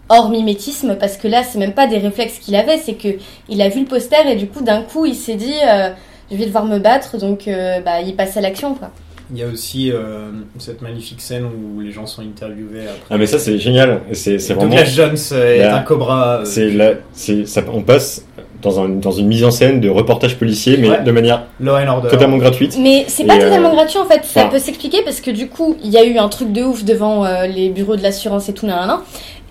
B: hors mimétisme parce que là c'est même pas des réflexes qu'il avait c'est que il a vu le poster et du coup d'un coup il s'est dit euh, je vais devoir me battre donc euh, bah il passe à l'action quoi
A: Il y a aussi euh, cette magnifique scène où les gens sont interviewés après.
D: Ah, mais ça, c'est génial. Et C'est c'est vraiment.
A: Douglas Jones est
D: Là.
A: un cobra. euh,
D: C'est là, c'est ça. On passe dans un dans une mise en scène de reportage policier, mais
A: Ouais.
D: de manière
A: Law and Order.
D: totalement gratuite.
B: mais c'est pas
D: Et, euh,
B: totalement gratuit en fait ça
D: enfin-
B: peut s'expliquer parce que du coup il y a eu un truc de ouf devant euh, les bureaux de l'assurance et tout nan, nan, nan.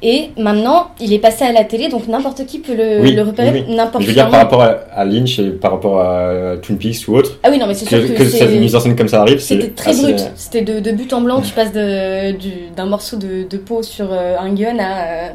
B: et maintenant il est passé à la télé donc n'importe qui peut le,
D: Oui,
B: le repérer
D: oui, oui.
B: n'importe
D: Je veux
B: qui
D: dire par rapport à, à Lynch et par rapport à euh, Twin Peaks ou autre,
B: ah oui non mais c'est sûr
D: que,
B: que,
D: que
B: c'est-
D: cette mise en scène comme ça arrive, c'est
B: C'était très
A: ah,
D: assez-
B: brut. C'était de, de but en blanc. Tu passes de- du- d'un morceau de, de peau sur euh, un gun à, euh,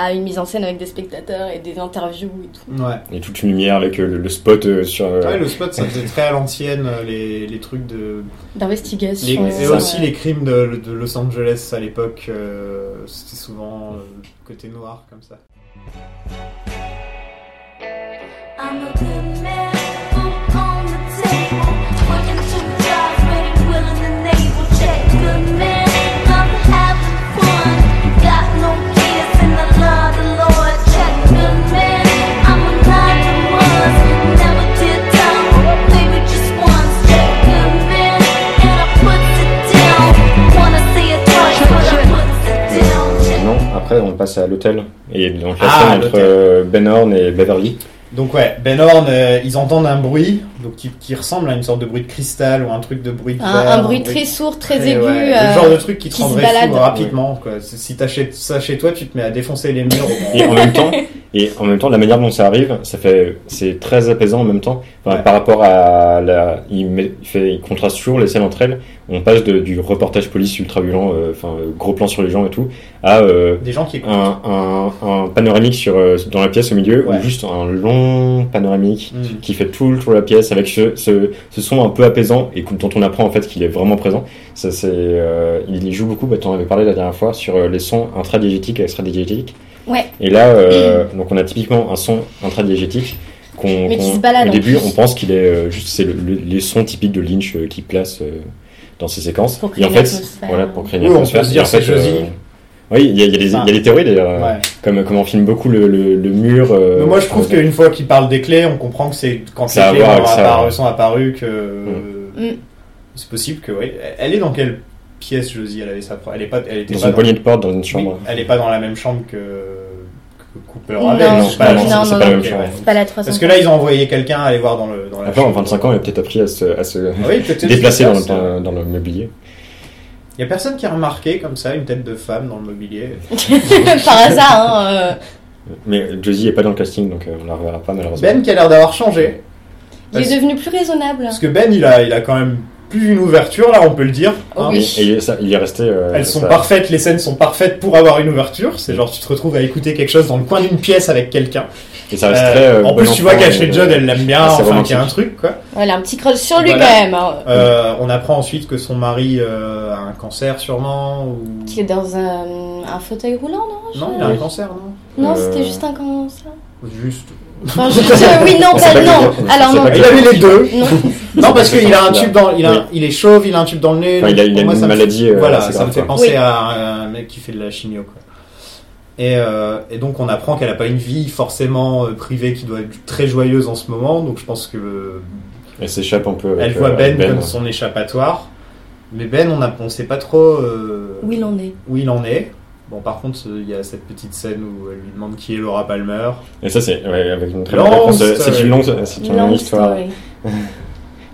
B: à une mise en scène avec des spectateurs et des interviews et tout.
A: Ouais.
D: Et toute une lumière avec euh, le, le spot euh, sur. euh,
A: Ouais, le spot, ça faisait très à l'ancienne, euh, les, les trucs de. les-
B: D'investigation.
A: et
D: ça.
A: aussi les crimes de, de Los Angeles à l'époque, euh, c'était souvent euh, côté noir comme ça.
G: I'm a good man, food on the table, working two jobs, ready, willing, and able. Check, good man, I'm having fun, got no kids, and I love the Lord. Check, good man, I'm a nine to one, never did time, maybe just once. Check, good man, and I put it down. Wanna see it twice, but I put it down. Check,
D: Non, après on passe à l'hôtel et donc la
A: Ah,
D: scène entre
A: l'hôtel.
D: euh, Ben Horn et Beverly.
A: Donc ouais, Ben Horn, euh, ils entendent un bruit donc qui, qui ressemble à une sorte de bruit de cristal ou un truc de bruit de
B: Un,
A: verre,
B: un bruit très sourd, très aigu.
A: euh, ouais,
B: euh,
A: le genre de truc qui te
B: qui se
A: rendrait fou
B: balade.
A: rapidement. Quoi. Si si t'as chez- ça chez toi, tu te mets à défoncer les murs.
D: Et en même temps, et en même temps, la manière dont ça arrive, ça fait, c'est très apaisant en même temps. Enfin,
A: Ouais.
D: Par rapport à la, il, met- il fait, il contraste toujours les scènes entre elles. On passe de- du reportage police ultra violent, euh, enfin euh, gros plan sur les gens et tout, à euh,
A: Des gens qui écoutent.
D: un, un- un panoramique sur euh, dans la pièce au milieu,
A: Ouais.
D: ou juste un long panoramique
A: Mm.
D: qui fait tout le tour de la pièce avec ce, ce, ce son un peu apaisant et dont on apprend en fait qu'il est vraiment présent. Ça, c'est, euh, il y joue beaucoup, bah, t'en avais parlé la dernière fois, sur euh, les sons intradiégétiques et extradiégétiques.
B: Ouais.
D: Et là, euh, donc on a typiquement un son intradiégétique qu'on,
B: Mais qui
D: qu'on-
B: se balade
D: au
B: en
D: début
B: plus.
D: on pense qu'il est euh, juste c'est le- le- les sons typiques de Lynch euh, qui place euh, dans ses séquences.
B: Pour
D: et
B: créer
D: en
B: une
D: fait,
B: atmosphère.
D: voilà, pour créer une
A: Oui, on peut
D: atmosphère.
A: se
D: Et
A: dire
D: en fait, euh,
A: c'est Josie.
D: oui, il y a, il y a les-
A: Enfin,
D: il y a les théories d'ailleurs, euh,
A: Ouais.
D: comme, comme on filme beaucoup le, le, le mur. euh,
A: Mais moi, je trouve qu'une fois qu'ils parlent des clés, on comprend que c'est quand
D: Ça
A: les
D: a à
A: clés
D: voir
A: ont
D: avec ça.
A: apparu- sont apparues que
B: Mm.
A: c'est possible que oui. Elle est dans quelle pièce Josie Elle avait sa pro- Elle est pas. Elle était
D: dans
A: pas
D: une poignée de porte dans une
A: Oui,
D: chambre.
A: elle est pas dans la même chambre que, que Cooper
B: Non,
A: avait.
B: non,
A: c'est pas la
D: non,
A: même
D: c'est
A: chambre.
D: pas la même
A: Ok,
D: chambre. Ah,
A: ouais.
B: C'est pas la 300.
A: Parce que là, ils ont envoyé quelqu'un aller voir dans le dans la
D: Après, en
A: chambre.
D: 25 ans, il a peut-être appris à se, à se
A: Ah oui, peut-être
D: déplacer
A: que
D: dans
A: c'est ça.
D: le, dans, dans le mobilier.
A: Il y a personne qui a remarqué comme ça une tête de femme dans le mobilier.
B: Par hasard. Hein, euh,
D: Mais Josie est pas dans le casting, donc euh, on la reverra pas malheureusement.
A: Ben qui a l'air d'avoir changé.
B: il
A: Parce-
B: est devenu plus raisonnable.
A: Parce que Ben, il a, il a quand même plus une ouverture, là, on peut le dire. hein.
D: Oui, et il est- ça- il est resté. euh,
A: Elles sont
D: ça-
A: parfaites, les scènes sont parfaites pour avoir une ouverture. C'est genre, tu te retrouves à écouter quelque chose dans le coin d'une pièce avec quelqu'un.
D: Et ça reste très,
A: Euh,
D: euh,
A: en
D: bon
A: plus, tu vois
D: enfant,
A: qu'Ashley
D: euh,
A: Judd, elle l'aime bien,
D: assez
A: enfin,
D: romantique. Mm.
A: qu'il y a un truc, quoi.
B: Voilà, un petit crush sur lui
A: Voilà.
B: quand même. hein,
A: Euh, on apprend ensuite que son mari euh, a un cancer, sûrement, ou...
B: Qui est dans un, un fauteuil roulant, non
A: Non, il a un cancer, non
B: Non,
D: Euh,
B: c'était juste un cancer.
A: Juste...
B: Enfin, je- je- oui, non,
D: On
B: pas,
D: sait pas
B: non.
D: qui- on
B: Alors
D: sait
B: non.
D: pas qui-
A: Il avait les deux
B: Non,
A: Non, parce qu'il a un
D: Là.
A: tube dans... Il, a,
D: Oui.
A: il est chauve, il a un tube dans le nez...
D: Enfin, il a- il a
A: pour moi,
D: une
A: ça me fait-
D: maladie, euh,
A: voilà,
D: assez
A: ça me
D: grave,
A: fait
D: quoi.
A: penser
B: Oui.
A: à un mec qui fait de la chimio, quoi. Et, euh, et donc, on apprend qu'elle a pas une vie forcément euh, privée qui doit être très joyeuse en ce moment, donc je pense que... euh,
D: Elle s'échappe un peu. avec,
A: Elle voit
D: euh,
A: Ben,
D: avec
A: comme son échappatoire. Mais Ben, on ne sait pas trop euh,
B: où il en est.
A: où il en est. Bon, par contre, euh, il y a cette petite scène où elle lui demande qui est Laura Palmer.
D: Et ça, c'est ouais, avec une très
A: Long
D: bonne réponse. euh,
A: story.
D: C'est une longue, c'est une longue histoire.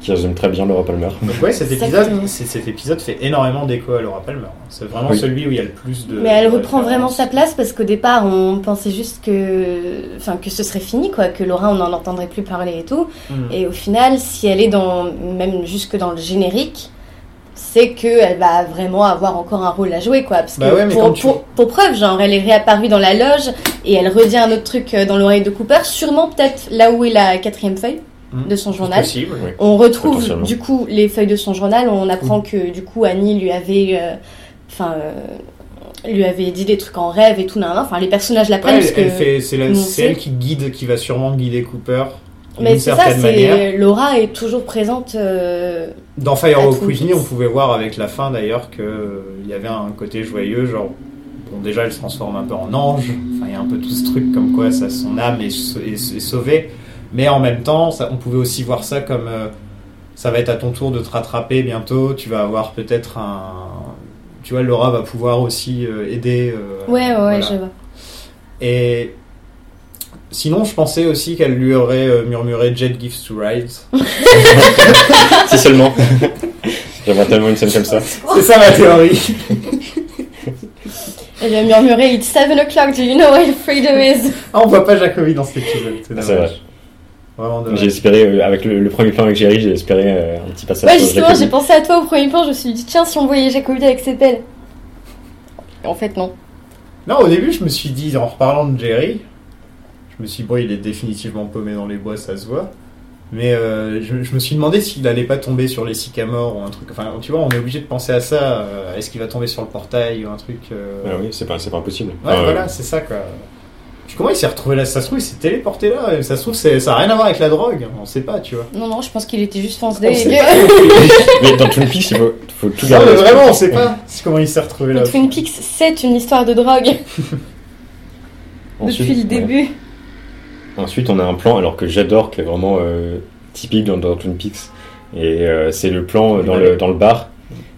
D: qui résume très bien Laura Palmer.
A: Donc ouais, cet
B: Exactement.
A: épisode, c'est- cet épisode fait énormément d'écho à Laura Palmer. C'est vraiment
D: Oui.
A: celui où il y a le plus de.
B: Mais elle reprend
A: de
B: vraiment
A: références.
B: sa place parce qu'au départ, on pensait juste que, enfin, que ce serait fini, quoi, que Laura, on n'en entendrait plus parler et tout.
A: Mm.
B: Et au final, si elle est dans, même jusque dans le générique, c'est qu'elle va vraiment avoir encore un rôle à jouer, quoi. Parce que
A: Bah ouais, mais
B: pour,
A: quand tu-
B: pour- pour preuve, genre, elle est réapparue dans la loge et elle redit un autre truc euh, dans l'oreille de Cooper, sûrement peut-être là où est la quatrième feuille
A: Mm.
B: de son
A: C'est
B: journal.
A: possible.
D: Oui.
B: On retrouve
D: Potentiellement.
B: du coup les feuilles de son journal. On apprend
A: Mm.
B: que du coup Annie lui avait, euh, enfin, euh, lui avait dit des trucs en rêve et tout, nan, nan. enfin les personnages
A: Ouais,
B: l'apprennent
A: elle,
B: parce
A: elle
B: que.
A: fait- c'est la-
B: nous, on
A: c'est
B: sait.
A: elle qui guide, qui va sûrement guider Cooper
B: Mais
A: d'une
B: c'est ça,
A: certaine manière.
B: c'est Laura est toujours présente. euh,
A: Dans Firewalk
B: Twin
A: With Me,
B: Peaks.
A: on pouvait voir avec la fin d'ailleurs que euh, il y avait un côté joyeux, genre bon déjà elle se transforme un peu en ange. Enfin il y a un peu tout ce truc comme quoi ça son âme est, sau- est- est sauvée, mais en même temps ça- on pouvait aussi voir ça comme euh, ça va être à ton tour de te rattraper bientôt. Tu vas avoir peut-être un, tu vois Laura va pouvoir aussi euh, aider. euh,
B: Ouais, ouais, ouais,
A: voilà.
B: je vois.
A: Et sinon je pensais aussi qu'elle lui aurait euh, murmuré Jet gives to Ride.
D: si seulement. J'aimerais tellement une scène comme ça.
A: C'est ça ma théorie.
B: Elle lui a murmuré It's 7 o'clock, do you know where freedom is?
A: Ah, on voit pas Jacobi dans cet épisode. C'est
D: C'est
A: dommage.
D: vrai.
A: Vraiment
D: J'ai
A: dommage.
D: espéré, euh, avec le, le premier plan avec Jerry, j'ai espéré euh, un petit passage.
B: Ouais,
D: sur
B: justement,
D: Jacobi.
B: j'ai pensé à toi au premier plan, je me suis dit Tiens, si on voyait Jacobi avec ses pelles. En fait, non.
A: Non, au début, je me suis dit, en reparlant de Jerry, je me suis dit, bon, il est définitivement paumé dans les bois, ça se voit. Mais euh, je, je me suis demandé s'il allait pas tomber sur les sycamores ou un truc. Enfin, tu vois, on est obligé de penser à ça. euh, Est-ce qu'il va tomber sur le portail ou un truc euh,
D: Ah oui, c'est pas, c'est pas impossible. Euh,
A: Ouais,
D: Enfin,
A: voilà, c'est ça, quoi. Puis Comment il s'est retrouvé là Ça se trouve, il s'est téléporté là. et Ça se trouve, c'est- ça a rien à voir avec la drogue. On sait pas, tu vois.
B: Non, non, je pense qu'il était juste foncé.
A: On sait
B: dégueu.
D: euh, Mais dans Twin Peaks, il faut, faut tout
A: Non,
D: garder.
A: mais
D: à l'esprit.
A: vraiment, on sait pas comment il s'est retrouvé là.
B: Twin Peaks, c'est une histoire de drogue
D: Ensuite,
B: depuis le
D: ouais.
B: début.
D: Ensuite, on a un plan, alors que j'adore, qui est vraiment euh, typique dans, dans Twin Peaks. Et euh, c'est le plan euh, dans, le, dans le bar,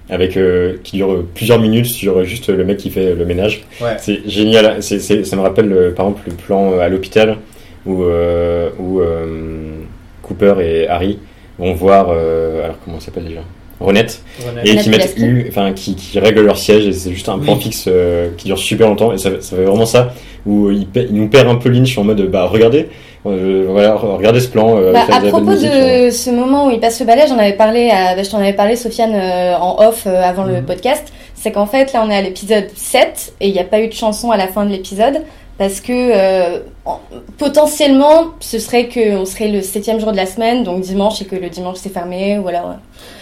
D: avec, euh, qui dure euh, plusieurs minutes sur euh, juste le mec qui fait le ménage.
A: Ouais.
D: C'est génial. C'est- c'est- ça me rappelle, euh, par exemple, le plan euh, à l'hôpital, où, euh, où euh, Cooper et Harry vont voir. euh, alors, comment ça s'appelle déjà Renette.
A: Renette.
D: Et
B: Renette
D: qui mettent
B: Pilastre.
D: U, enfin, qui, qui règlent leur siège, et c'est juste un
A: Oui.
D: plan fixe euh, qui dure super longtemps, et ça, ça fait vraiment ça, où euh, ils il nous perd un peu Lynch en mode, bah, regardez, euh, voilà, regardez ce plan. euh,
B: Bah,
D: avec la-
B: à
D: la bonne
B: propos
D: musique, euh.
B: de ce moment où il passe le balai, j'en avais parlé, à, bah, je t'en avais parlé, Sofiane, euh, en off euh, avant le
A: Mhm.
B: podcast. C'est qu'en fait, là, on est à l'épisode 7 et il n'y a pas eu de chanson à la fin de l'épisode parce que euh, en- potentiellement, ce serait que on serait le septième jour de la semaine, donc dimanche, et que le dimanche c'est fermé, ou alors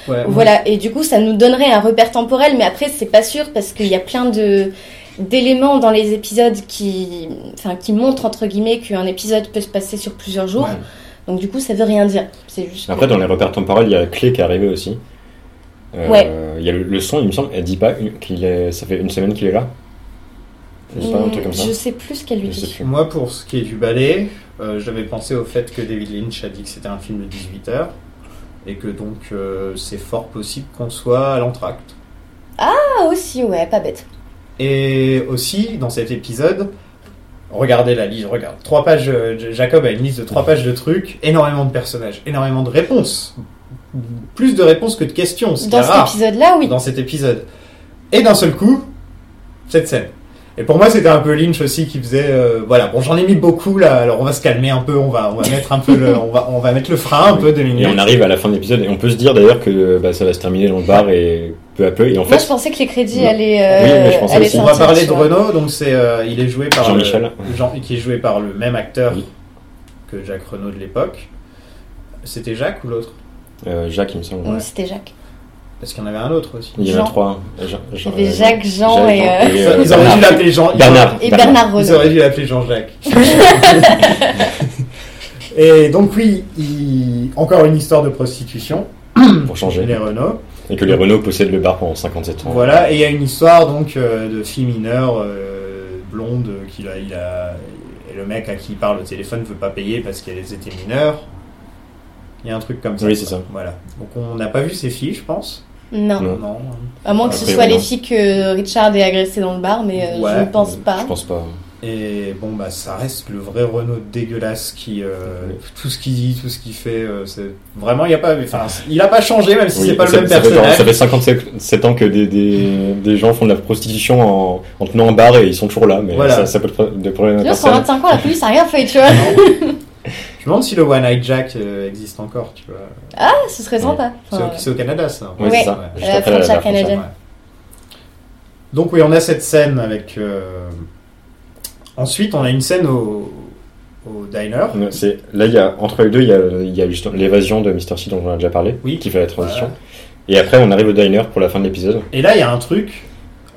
A: Ouais, moi,
B: voilà, et du coup, ça nous donnerait un repère temporel, mais après, c'est pas sûr parce qu'il y a plein de d'éléments dans les épisodes qui, enfin, qui montrent entre guillemets qu'un épisode peut se passer sur plusieurs jours.
A: Ouais.
B: Donc du coup, ça veut rien dire. C'est juste. que-
D: Après, dans les repères temporels, il y a la clé qui est arrivée aussi. Euh,
B: Ouais.
D: Il y a le, le son, il me semble, elle dit pas une- qu'il est, ça fait une semaine qu'il est là. Elle dit pas un
B: Hmm,
D: truc comme ça.
B: je sais plus ce qu'elle lui
D: Je sais
B: dit.
D: plus.
A: Moi, pour ce qui est du ballet, euh, j'avais pensé au fait que David Lynch a dit que c'était un film de 18 heures et que donc euh, c'est fort possible qu'on soit à l'entracte.
B: Ah aussi, ouais, pas bête.
A: Et aussi, dans cet épisode, regardez la liste, regarde. Trois pages, euh, J- Jacob a une liste de trois pages de trucs, énormément de personnages, énormément de réponses. Plus de réponses que de questions, ce qui est
B: Dans cet
A: rare
B: épisode-là, oui.
A: dans cet épisode. Et d'un seul coup, cette scène. Et pour moi, c'était un peu Lynch aussi qui faisait, euh, voilà, bon, j'en ai mis beaucoup là, alors on va se calmer un peu, on va, on va mettre un peu le, on va, on va mettre le frein un peu deux
D: Et on
A: minutes.
D: arrive à la fin de l'épisode, et on peut se dire d'ailleurs que bah, ça va se terminer dans le bar, et peu à peu, et en
B: Moi, je
D: fait,
B: pensais que les crédits
D: Non.
B: allaient.
D: Oui,
B: euh,
D: mais je pensais
B: allaient
D: aussi.
A: On va
B: sortir,
A: parler
B: tu
A: de
B: vois.
A: Renault, donc c'est, euh, il est joué par le-
D: Jean-Michel.
A: Jean- qui est joué par le même acteur que Jacques Renault de l'époque. C'était Jacques ou l'autre
D: euh, Jacques, il me semble.
B: Non, c'était Jacques.
A: Parce qu'il y en avait un autre aussi.
D: Il y en
B: Jean.
D: a trois. hein. Jean-
B: Il
D: Jean-
B: y avait
D: euh,
B: Jacques, Jean et, euh,
D: et, euh,
A: Ils auraient dû l'appeler Jean. ils auraient-
D: Bernard.
B: et Bernard
A: Ils
B: Renault.
A: auraient dû l'appeler Jean-Jacques. Et donc oui, il- encore une histoire de prostitution,
D: Pour changer.
A: les Renault.
D: Et que les Renault possèdent le bar pendant 57 ans.
A: Voilà, et il y a une histoire donc euh, de fille mineure euh, blonde euh, qu'il a, il a, et le mec à qui il parle au téléphone veut pas payer parce qu'elles étaient mineures. Il y a un truc comme ça.
D: Oui, c'est ça.
A: Voilà. Donc on n'a pas vu ces filles, je pense.
B: Non.
D: Non.
A: Non. hein.
B: À moins que ce
D: Après,
B: soit
D: non.
B: les filles que Richard ait agressées dans le bar, mais euh,
A: Ouais.
B: je ne pense pas.
D: Je pense pas.
A: Et bon, bah, ça reste le vrai Renault dégueulasse qui. euh,
D: Oui.
A: Tout ce qu'il dit, tout ce qu'il fait, euh, c'est. Vraiment, il n'y a pas. Enfin, il a pas changé, même si
D: Oui,
A: c'est pas le
D: ça-
A: même
D: ça fait genre-
A: personnage.
D: Ça fait 57 ans que des, des, des gens font de la prostitution en, en tenant un bar et ils sont toujours là, mais
A: Voilà.
D: ça, ça peut être de problème à
B: Tu vois, sur
D: personne.
B: 25 ans, la police a rien fait, tu vois.
A: Je me demande si le One Eye Jack euh, existe encore, tu vois.
B: Ah, ce serait sympa. Euh,
A: C'est au-
B: Enfin,
A: c'est au, Canada, ça.
D: Ouais,
B: Ouais.
D: c'est ça. Juste
B: la
D: après la- la
B: frontière
D: frontière.
B: canadienne.
A: Donc oui, on a cette scène avec. euh, Ensuite, on a une scène au, au diner.
D: Ouais, c'est- Là, il y a, entre les deux, il y a, il y a justement l'évasion de Mr. C dont on a déjà parlé,
A: Oui.
D: qui fait la transition.
A: Voilà.
D: Et après, on arrive au diner pour la fin de l'épisode.
A: Et là, il y a un truc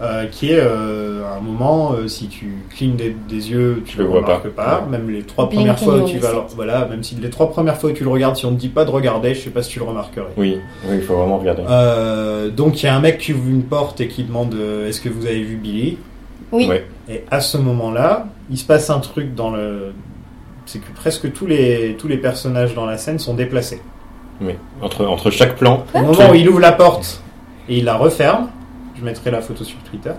A: euh, qui est euh, à un moment, euh, si tu clignes des, des yeux, tu
D: Tu le vois
A: remarques pas.
D: Ouais.
A: Même les trois
B: Blinking
A: premières fois où
B: on
A: tu
B: the
A: vas,
B: set.
A: le- voilà, même si les trois premières fois où tu le regardes, si on te dit pas de regarder, je sais pas si tu le remarquerais.
D: Oui, oui, il faut vraiment regarder.
A: Euh, donc il y a un mec qui ouvre une porte et qui demande euh, est-ce que vous avez vu Billy
B: oui.
D: Ouais.
A: Et à ce moment-là, il se passe un truc dans le, c'est que presque tous les tous les personnages dans la scène sont déplacés.
D: Oui. Entre, entre chaque plan,
A: Au moment
D: Tout.
A: où il ouvre la porte et il la referme, je mettrai la photo sur Twitter,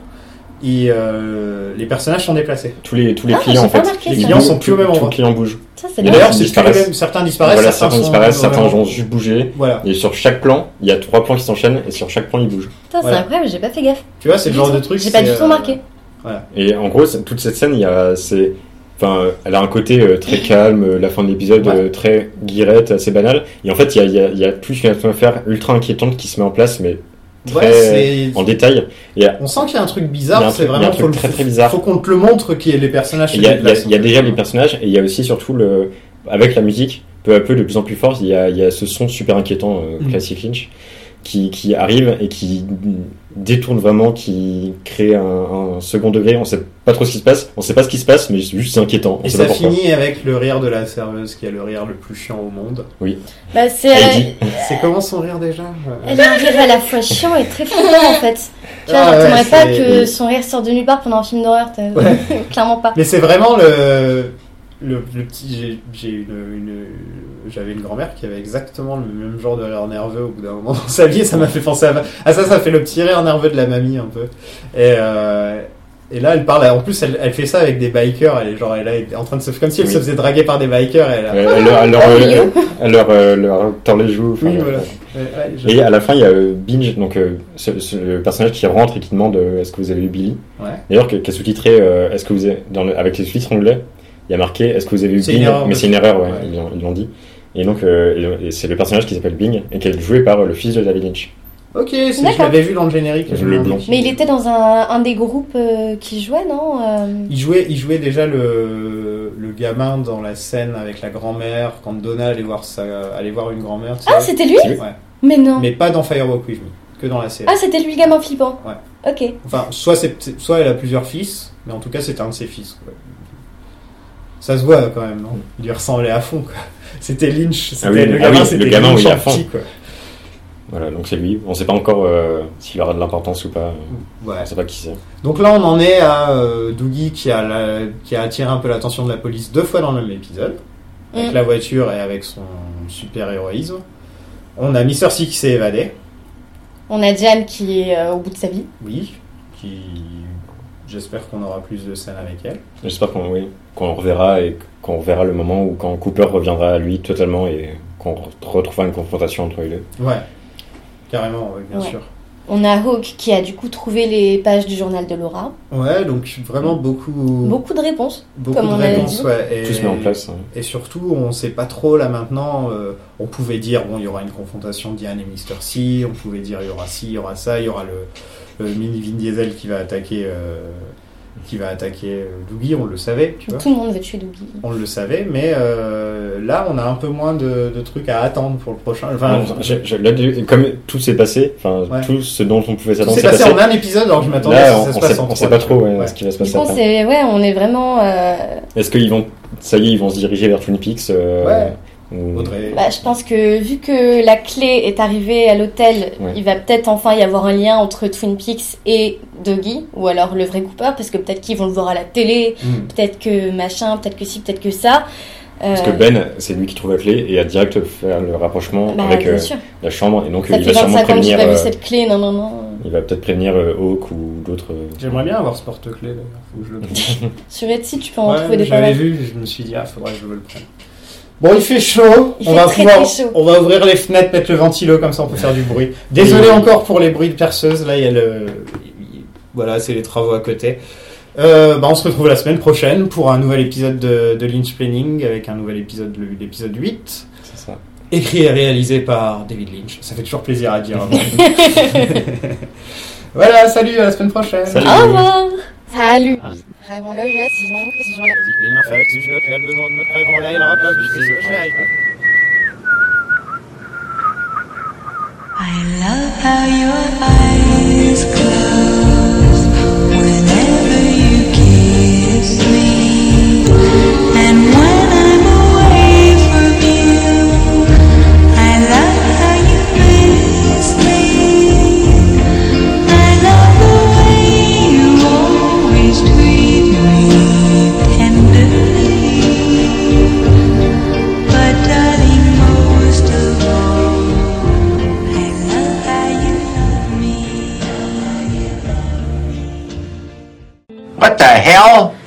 A: et euh, les personnages sont déplacés.
D: tous les, tous les
B: Ah,
D: clients,
B: j'ai
D: en
B: pas
D: fait.
B: remarqué
A: Les
B: ça.
A: clients sont plus au même
D: Tout le
A: endroit.
D: client bouge.
B: Ça,
A: Et
B: c'est
D: Et
B: dingue.
A: d'ailleurs,
D: là,
A: c'est
D: Ah, ils
A: plus les
D: disparaissent.
A: mêmes. Certains disparaissent,
D: voilà,
A: certains,
D: certains
A: sont
D: disparaissent,
A: vraiment-
D: certains ont juste bougé.
A: Voilà.
D: Et sur chaque plan, il y a trois plans qui s'enchaînent, et sur chaque plan, ils bougent.
B: Putain, c'est
A: Voilà.
B: incroyable, j'ai pas fait gaffe.
A: Tu vois, c'est le
B: Du
A: genre
B: tout.
A: de truc.
B: J'ai pas
A: c'est,
B: du tout
A: euh,
B: remarqué.
D: Et en gros, c'est- toute cette scène, il y a, c'est, enfin, euh, elle a un côté euh, très calme, euh, la fin de l'épisode
A: Ouais.
D: euh, très guirette, assez banale. Et en fait, il y a, il y a, il y a toute une atmosphère ultra inquiétante qui se met en place, mais
A: ouais,
D: très
A: c'est-
D: en détail.
A: On sent qu'il y a un truc
D: Il y a
A: bizarre.
D: un
A: C'est
D: truc- il y a
A: vraiment
D: un
A: faut,
D: truc
A: le-
D: très, très bizarre.
A: faut qu'on te le montre qu'il y ait les personnages.
D: Et
A: se
D: Il y a, il y a-
A: déplacent.
D: il y a déjà les personnages, et il y a aussi surtout le, avec la musique, peu à peu, de plus en plus fort, il y a, il y a ce son super inquiétant, euh,
A: Mm.
D: classique Lynch, qui, qui arrive et qui détourne vraiment, qui crée un, un second degré. On sait pas trop ce qui se passe, on sait pas ce qui se passe, mais juste c'est inquiétant. On
A: Et
D: sait
A: ça
D: pas pourquoi.
A: finit avec le rire de la serveuse qui a le rire le plus chiant au monde.
B: Bah, c'est.
D: Elle
B: euh,
D: dit-
A: C'est comment son rire déjà
B: Elle a un rire à la fois chiant et très flippant en fait. Tu vois,
A: Ah
B: genre,
A: ouais,
B: t'aimerais pas
A: c'est-
B: que son rire sorte de nulle part pendant un film d'horreur. t'as- Clairement pas.
A: Mais c'est vraiment le. Le, le petit. j'ai- J'ai une, une- J'avais une grand-mère qui avait exactement le même genre de rire nerveux au bout d'un moment dans sa vie et ça m'a fait penser à, à ça, ça fait le petit rire nerveux de la mamie un peu. Et, euh, et là, elle parle, en plus, elle, elle fait ça avec des bikers, elle, est genre, elle est en train de se. comme si elle
D: Oui.
A: se faisait draguer par des bikers. Et elle a-
D: Ouais, elle leur- elle leur-
B: Ah,
D: euh, elle leur, euh, leur tord les joues. enfin,
A: Oui,
D: euh,
A: voilà. Ouais, ouais, je-
D: Et à la fin, il y a euh, Binge, donc euh, ce- ce- le personnage qui rentre et qui demande euh, Est-ce que vous avez vu Billy
A: Ouais.
D: D'ailleurs, qui qui est sous-titré euh, Est-ce que vous avez, dans le- avec les sous-titres anglais, il y a marqué Est-ce que vous avez vu
A: C'est une
D: Bing
A: erreur,
D: Mais
A: ouais.
D: c'est une erreur, ouais,
A: Ouais.
D: ils l'ont- ils l'ont dit. Et donc, euh, et- et c'est le personnage qui s'appelle Bing et qui est joué par euh, le fils de David Lynch.
A: Ok, c'est- je
B: D'accord.
A: l'avais vu dans le générique.
D: Le
A: je me demandais
D: blond.
A: qui-
B: Mais il était dans un, un des groupes euh, qui jouait, non Euh,
A: Il jouait, il jouait déjà le, le gamin dans la scène avec la grand-mère quand Donna allait voir, sa, allait voir une grand-mère. tu
B: Ah,
A: sais.
B: c'était lui
D: C'est lui
A: Ouais.
B: Mais non.
A: Mais pas dans Firewalk With Me, que dans la série.
B: Ah, c'était lui le gamin flippant.
A: Ouais.
B: Ok.
A: Enfin, soit, c'est- c'est- soit elle a plusieurs fils, mais en tout cas c'était un de ses fils. quoi. Ça se voit quand même, non Il lui ressemblait à fond. quoi. C'était Lynch, c'était
D: Ah oui,
A: le
D: ah
A: gamin,
D: oui, le
A: c'était
D: gamin,
A: Lynch
D: oui,
A: en
D: à fond.
A: petit, quoi.
D: Voilà, donc c'est lui. On sait pas encore euh, s'il aura de l'importance ou pas.
A: Ouais.
D: On sait pas qui c'est.
A: Donc là, on en est à euh, Doogie qui a, la- qui a attiré un peu l'attention de la police deux fois dans le même épisode, avec
B: Mm.
A: la voiture et avec son super héroïsme. On a Mister C qui s'est évadé,
B: On a Jan qui est euh, au bout de sa vie.
A: oui, qui. J'espère qu'on aura plus de scènes avec elle.
D: J'espère qu'on oui, qu'on reverra et qu'on verra le moment où quand Cooper reviendra à lui totalement et qu'on re- retrouvera une confrontation entre les deux.
A: Ouais, carrément, ouais, bien
B: Ouais.
A: sûr.
B: On a Hawk qui a du coup trouvé les pages du journal de Laura.
A: Ouais, donc vraiment beaucoup,
B: Beaucoup de réponses.
A: beaucoup
B: comme
A: de
B: on avait
A: réponses.
B: dit.
A: ouais, et-
D: Tout se met en place. hein.
A: Et surtout, on sait pas trop là maintenant. euh, on pouvait dire bon, il y aura une confrontation Diane et Mister C. On pouvait dire il y aura ci, il y aura ça, il y aura le, le mini Vin Diesel qui va attaquer, euh, qui va attaquer euh, Doogie. On le savait, tu vois.
B: Tout le monde veut tuer Dougie.
A: On le savait, mais euh, là, on a un peu moins de, de trucs à attendre pour le prochain. Enfin,
D: Non, je- je- là, du- comme tout s'est passé, enfin
A: Ouais.
D: tout ce dont on pouvait
A: tout
D: s'attendre
A: s'est
D: s'est
A: passé, en un épisode, alors que je m'attendais à
D: Là,
A: ce que
D: on,
A: ça se
D: on
A: passe
D: sait,
A: en
D: on
A: trois,
D: sait pas
A: tu
D: trop
A: vois.
D: ouais,
A: Ouais.
D: ce qui va se
B: Du
D: passer
B: coup,
D: après.
B: c'est. Ouais, on est vraiment. euh,
D: Est-ce qu'ils vont, ça y est, ils vont se diriger vers Twin Peaks euh,
A: Ouais.
D: ou-
A: Audrey.
B: Bah, je pense que vu que la clé est arrivée à l'hôtel,
D: Ouais.
B: il va peut-être enfin y avoir un lien entre Twin Peaks et Doggy, ou alors le vrai Cooper, parce que peut-être qu'ils vont le voir à la télé,
A: Hmm.
B: peut-être que machin, peut-être que ci, peut-être que ça. Euh,
D: Parce que Ben, c'est lui qui trouve la clé et a direct faire le rapprochement
B: bah,
D: avec
B: bien
D: euh,
B: sûr.
D: la chambre et donc
B: Ça
D: il
B: fait
D: va sûrement
B: 25 ans que j'ai
D: prévenir.
B: pas vu
D: euh,
B: cette clé, non, non, non.
D: Il va peut-être prévenir euh, Hawk ou d'autres. euh,
A: J'aimerais bien avoir ce porte-clé d'ailleurs, faut que je le prenne.
B: Sur Etsy, tu peux en
A: Ouais,
B: trouver des pas
A: J'avais
B: mal.
A: vu, je me suis dit, ah, faudrait que je le prenne. Bon, il fait chaud.
B: Il
A: on
B: fait
A: va
B: très,
A: pouvoir,
B: très chaud.
A: on va ouvrir les fenêtres, mettre le ventilo, comme ça on peut faire du bruit. Désolé
D: Et-
A: encore pour les bruits de perceuse. Là, il y a le, voilà, c'est les travaux à côté. Euh, bah, on se retrouve la semaine prochaine pour un nouvel épisode de, de Lynch Planning avec un nouvel épisode, le- l'épisode 8,
D: C'est ça.
A: écrit et réalisé par David Lynch. Ça fait toujours plaisir à dire. avant. voilà, salut, à la semaine prochaine.
D: Salut.
B: Au revoir
E: Salut.
H: I love how your eyes close whenever you kiss me, and when I'm away from you, I love how you kiss me. I love the way you always treat me tenderly, but darling, most of all. I love how you love me.
F: What the hell?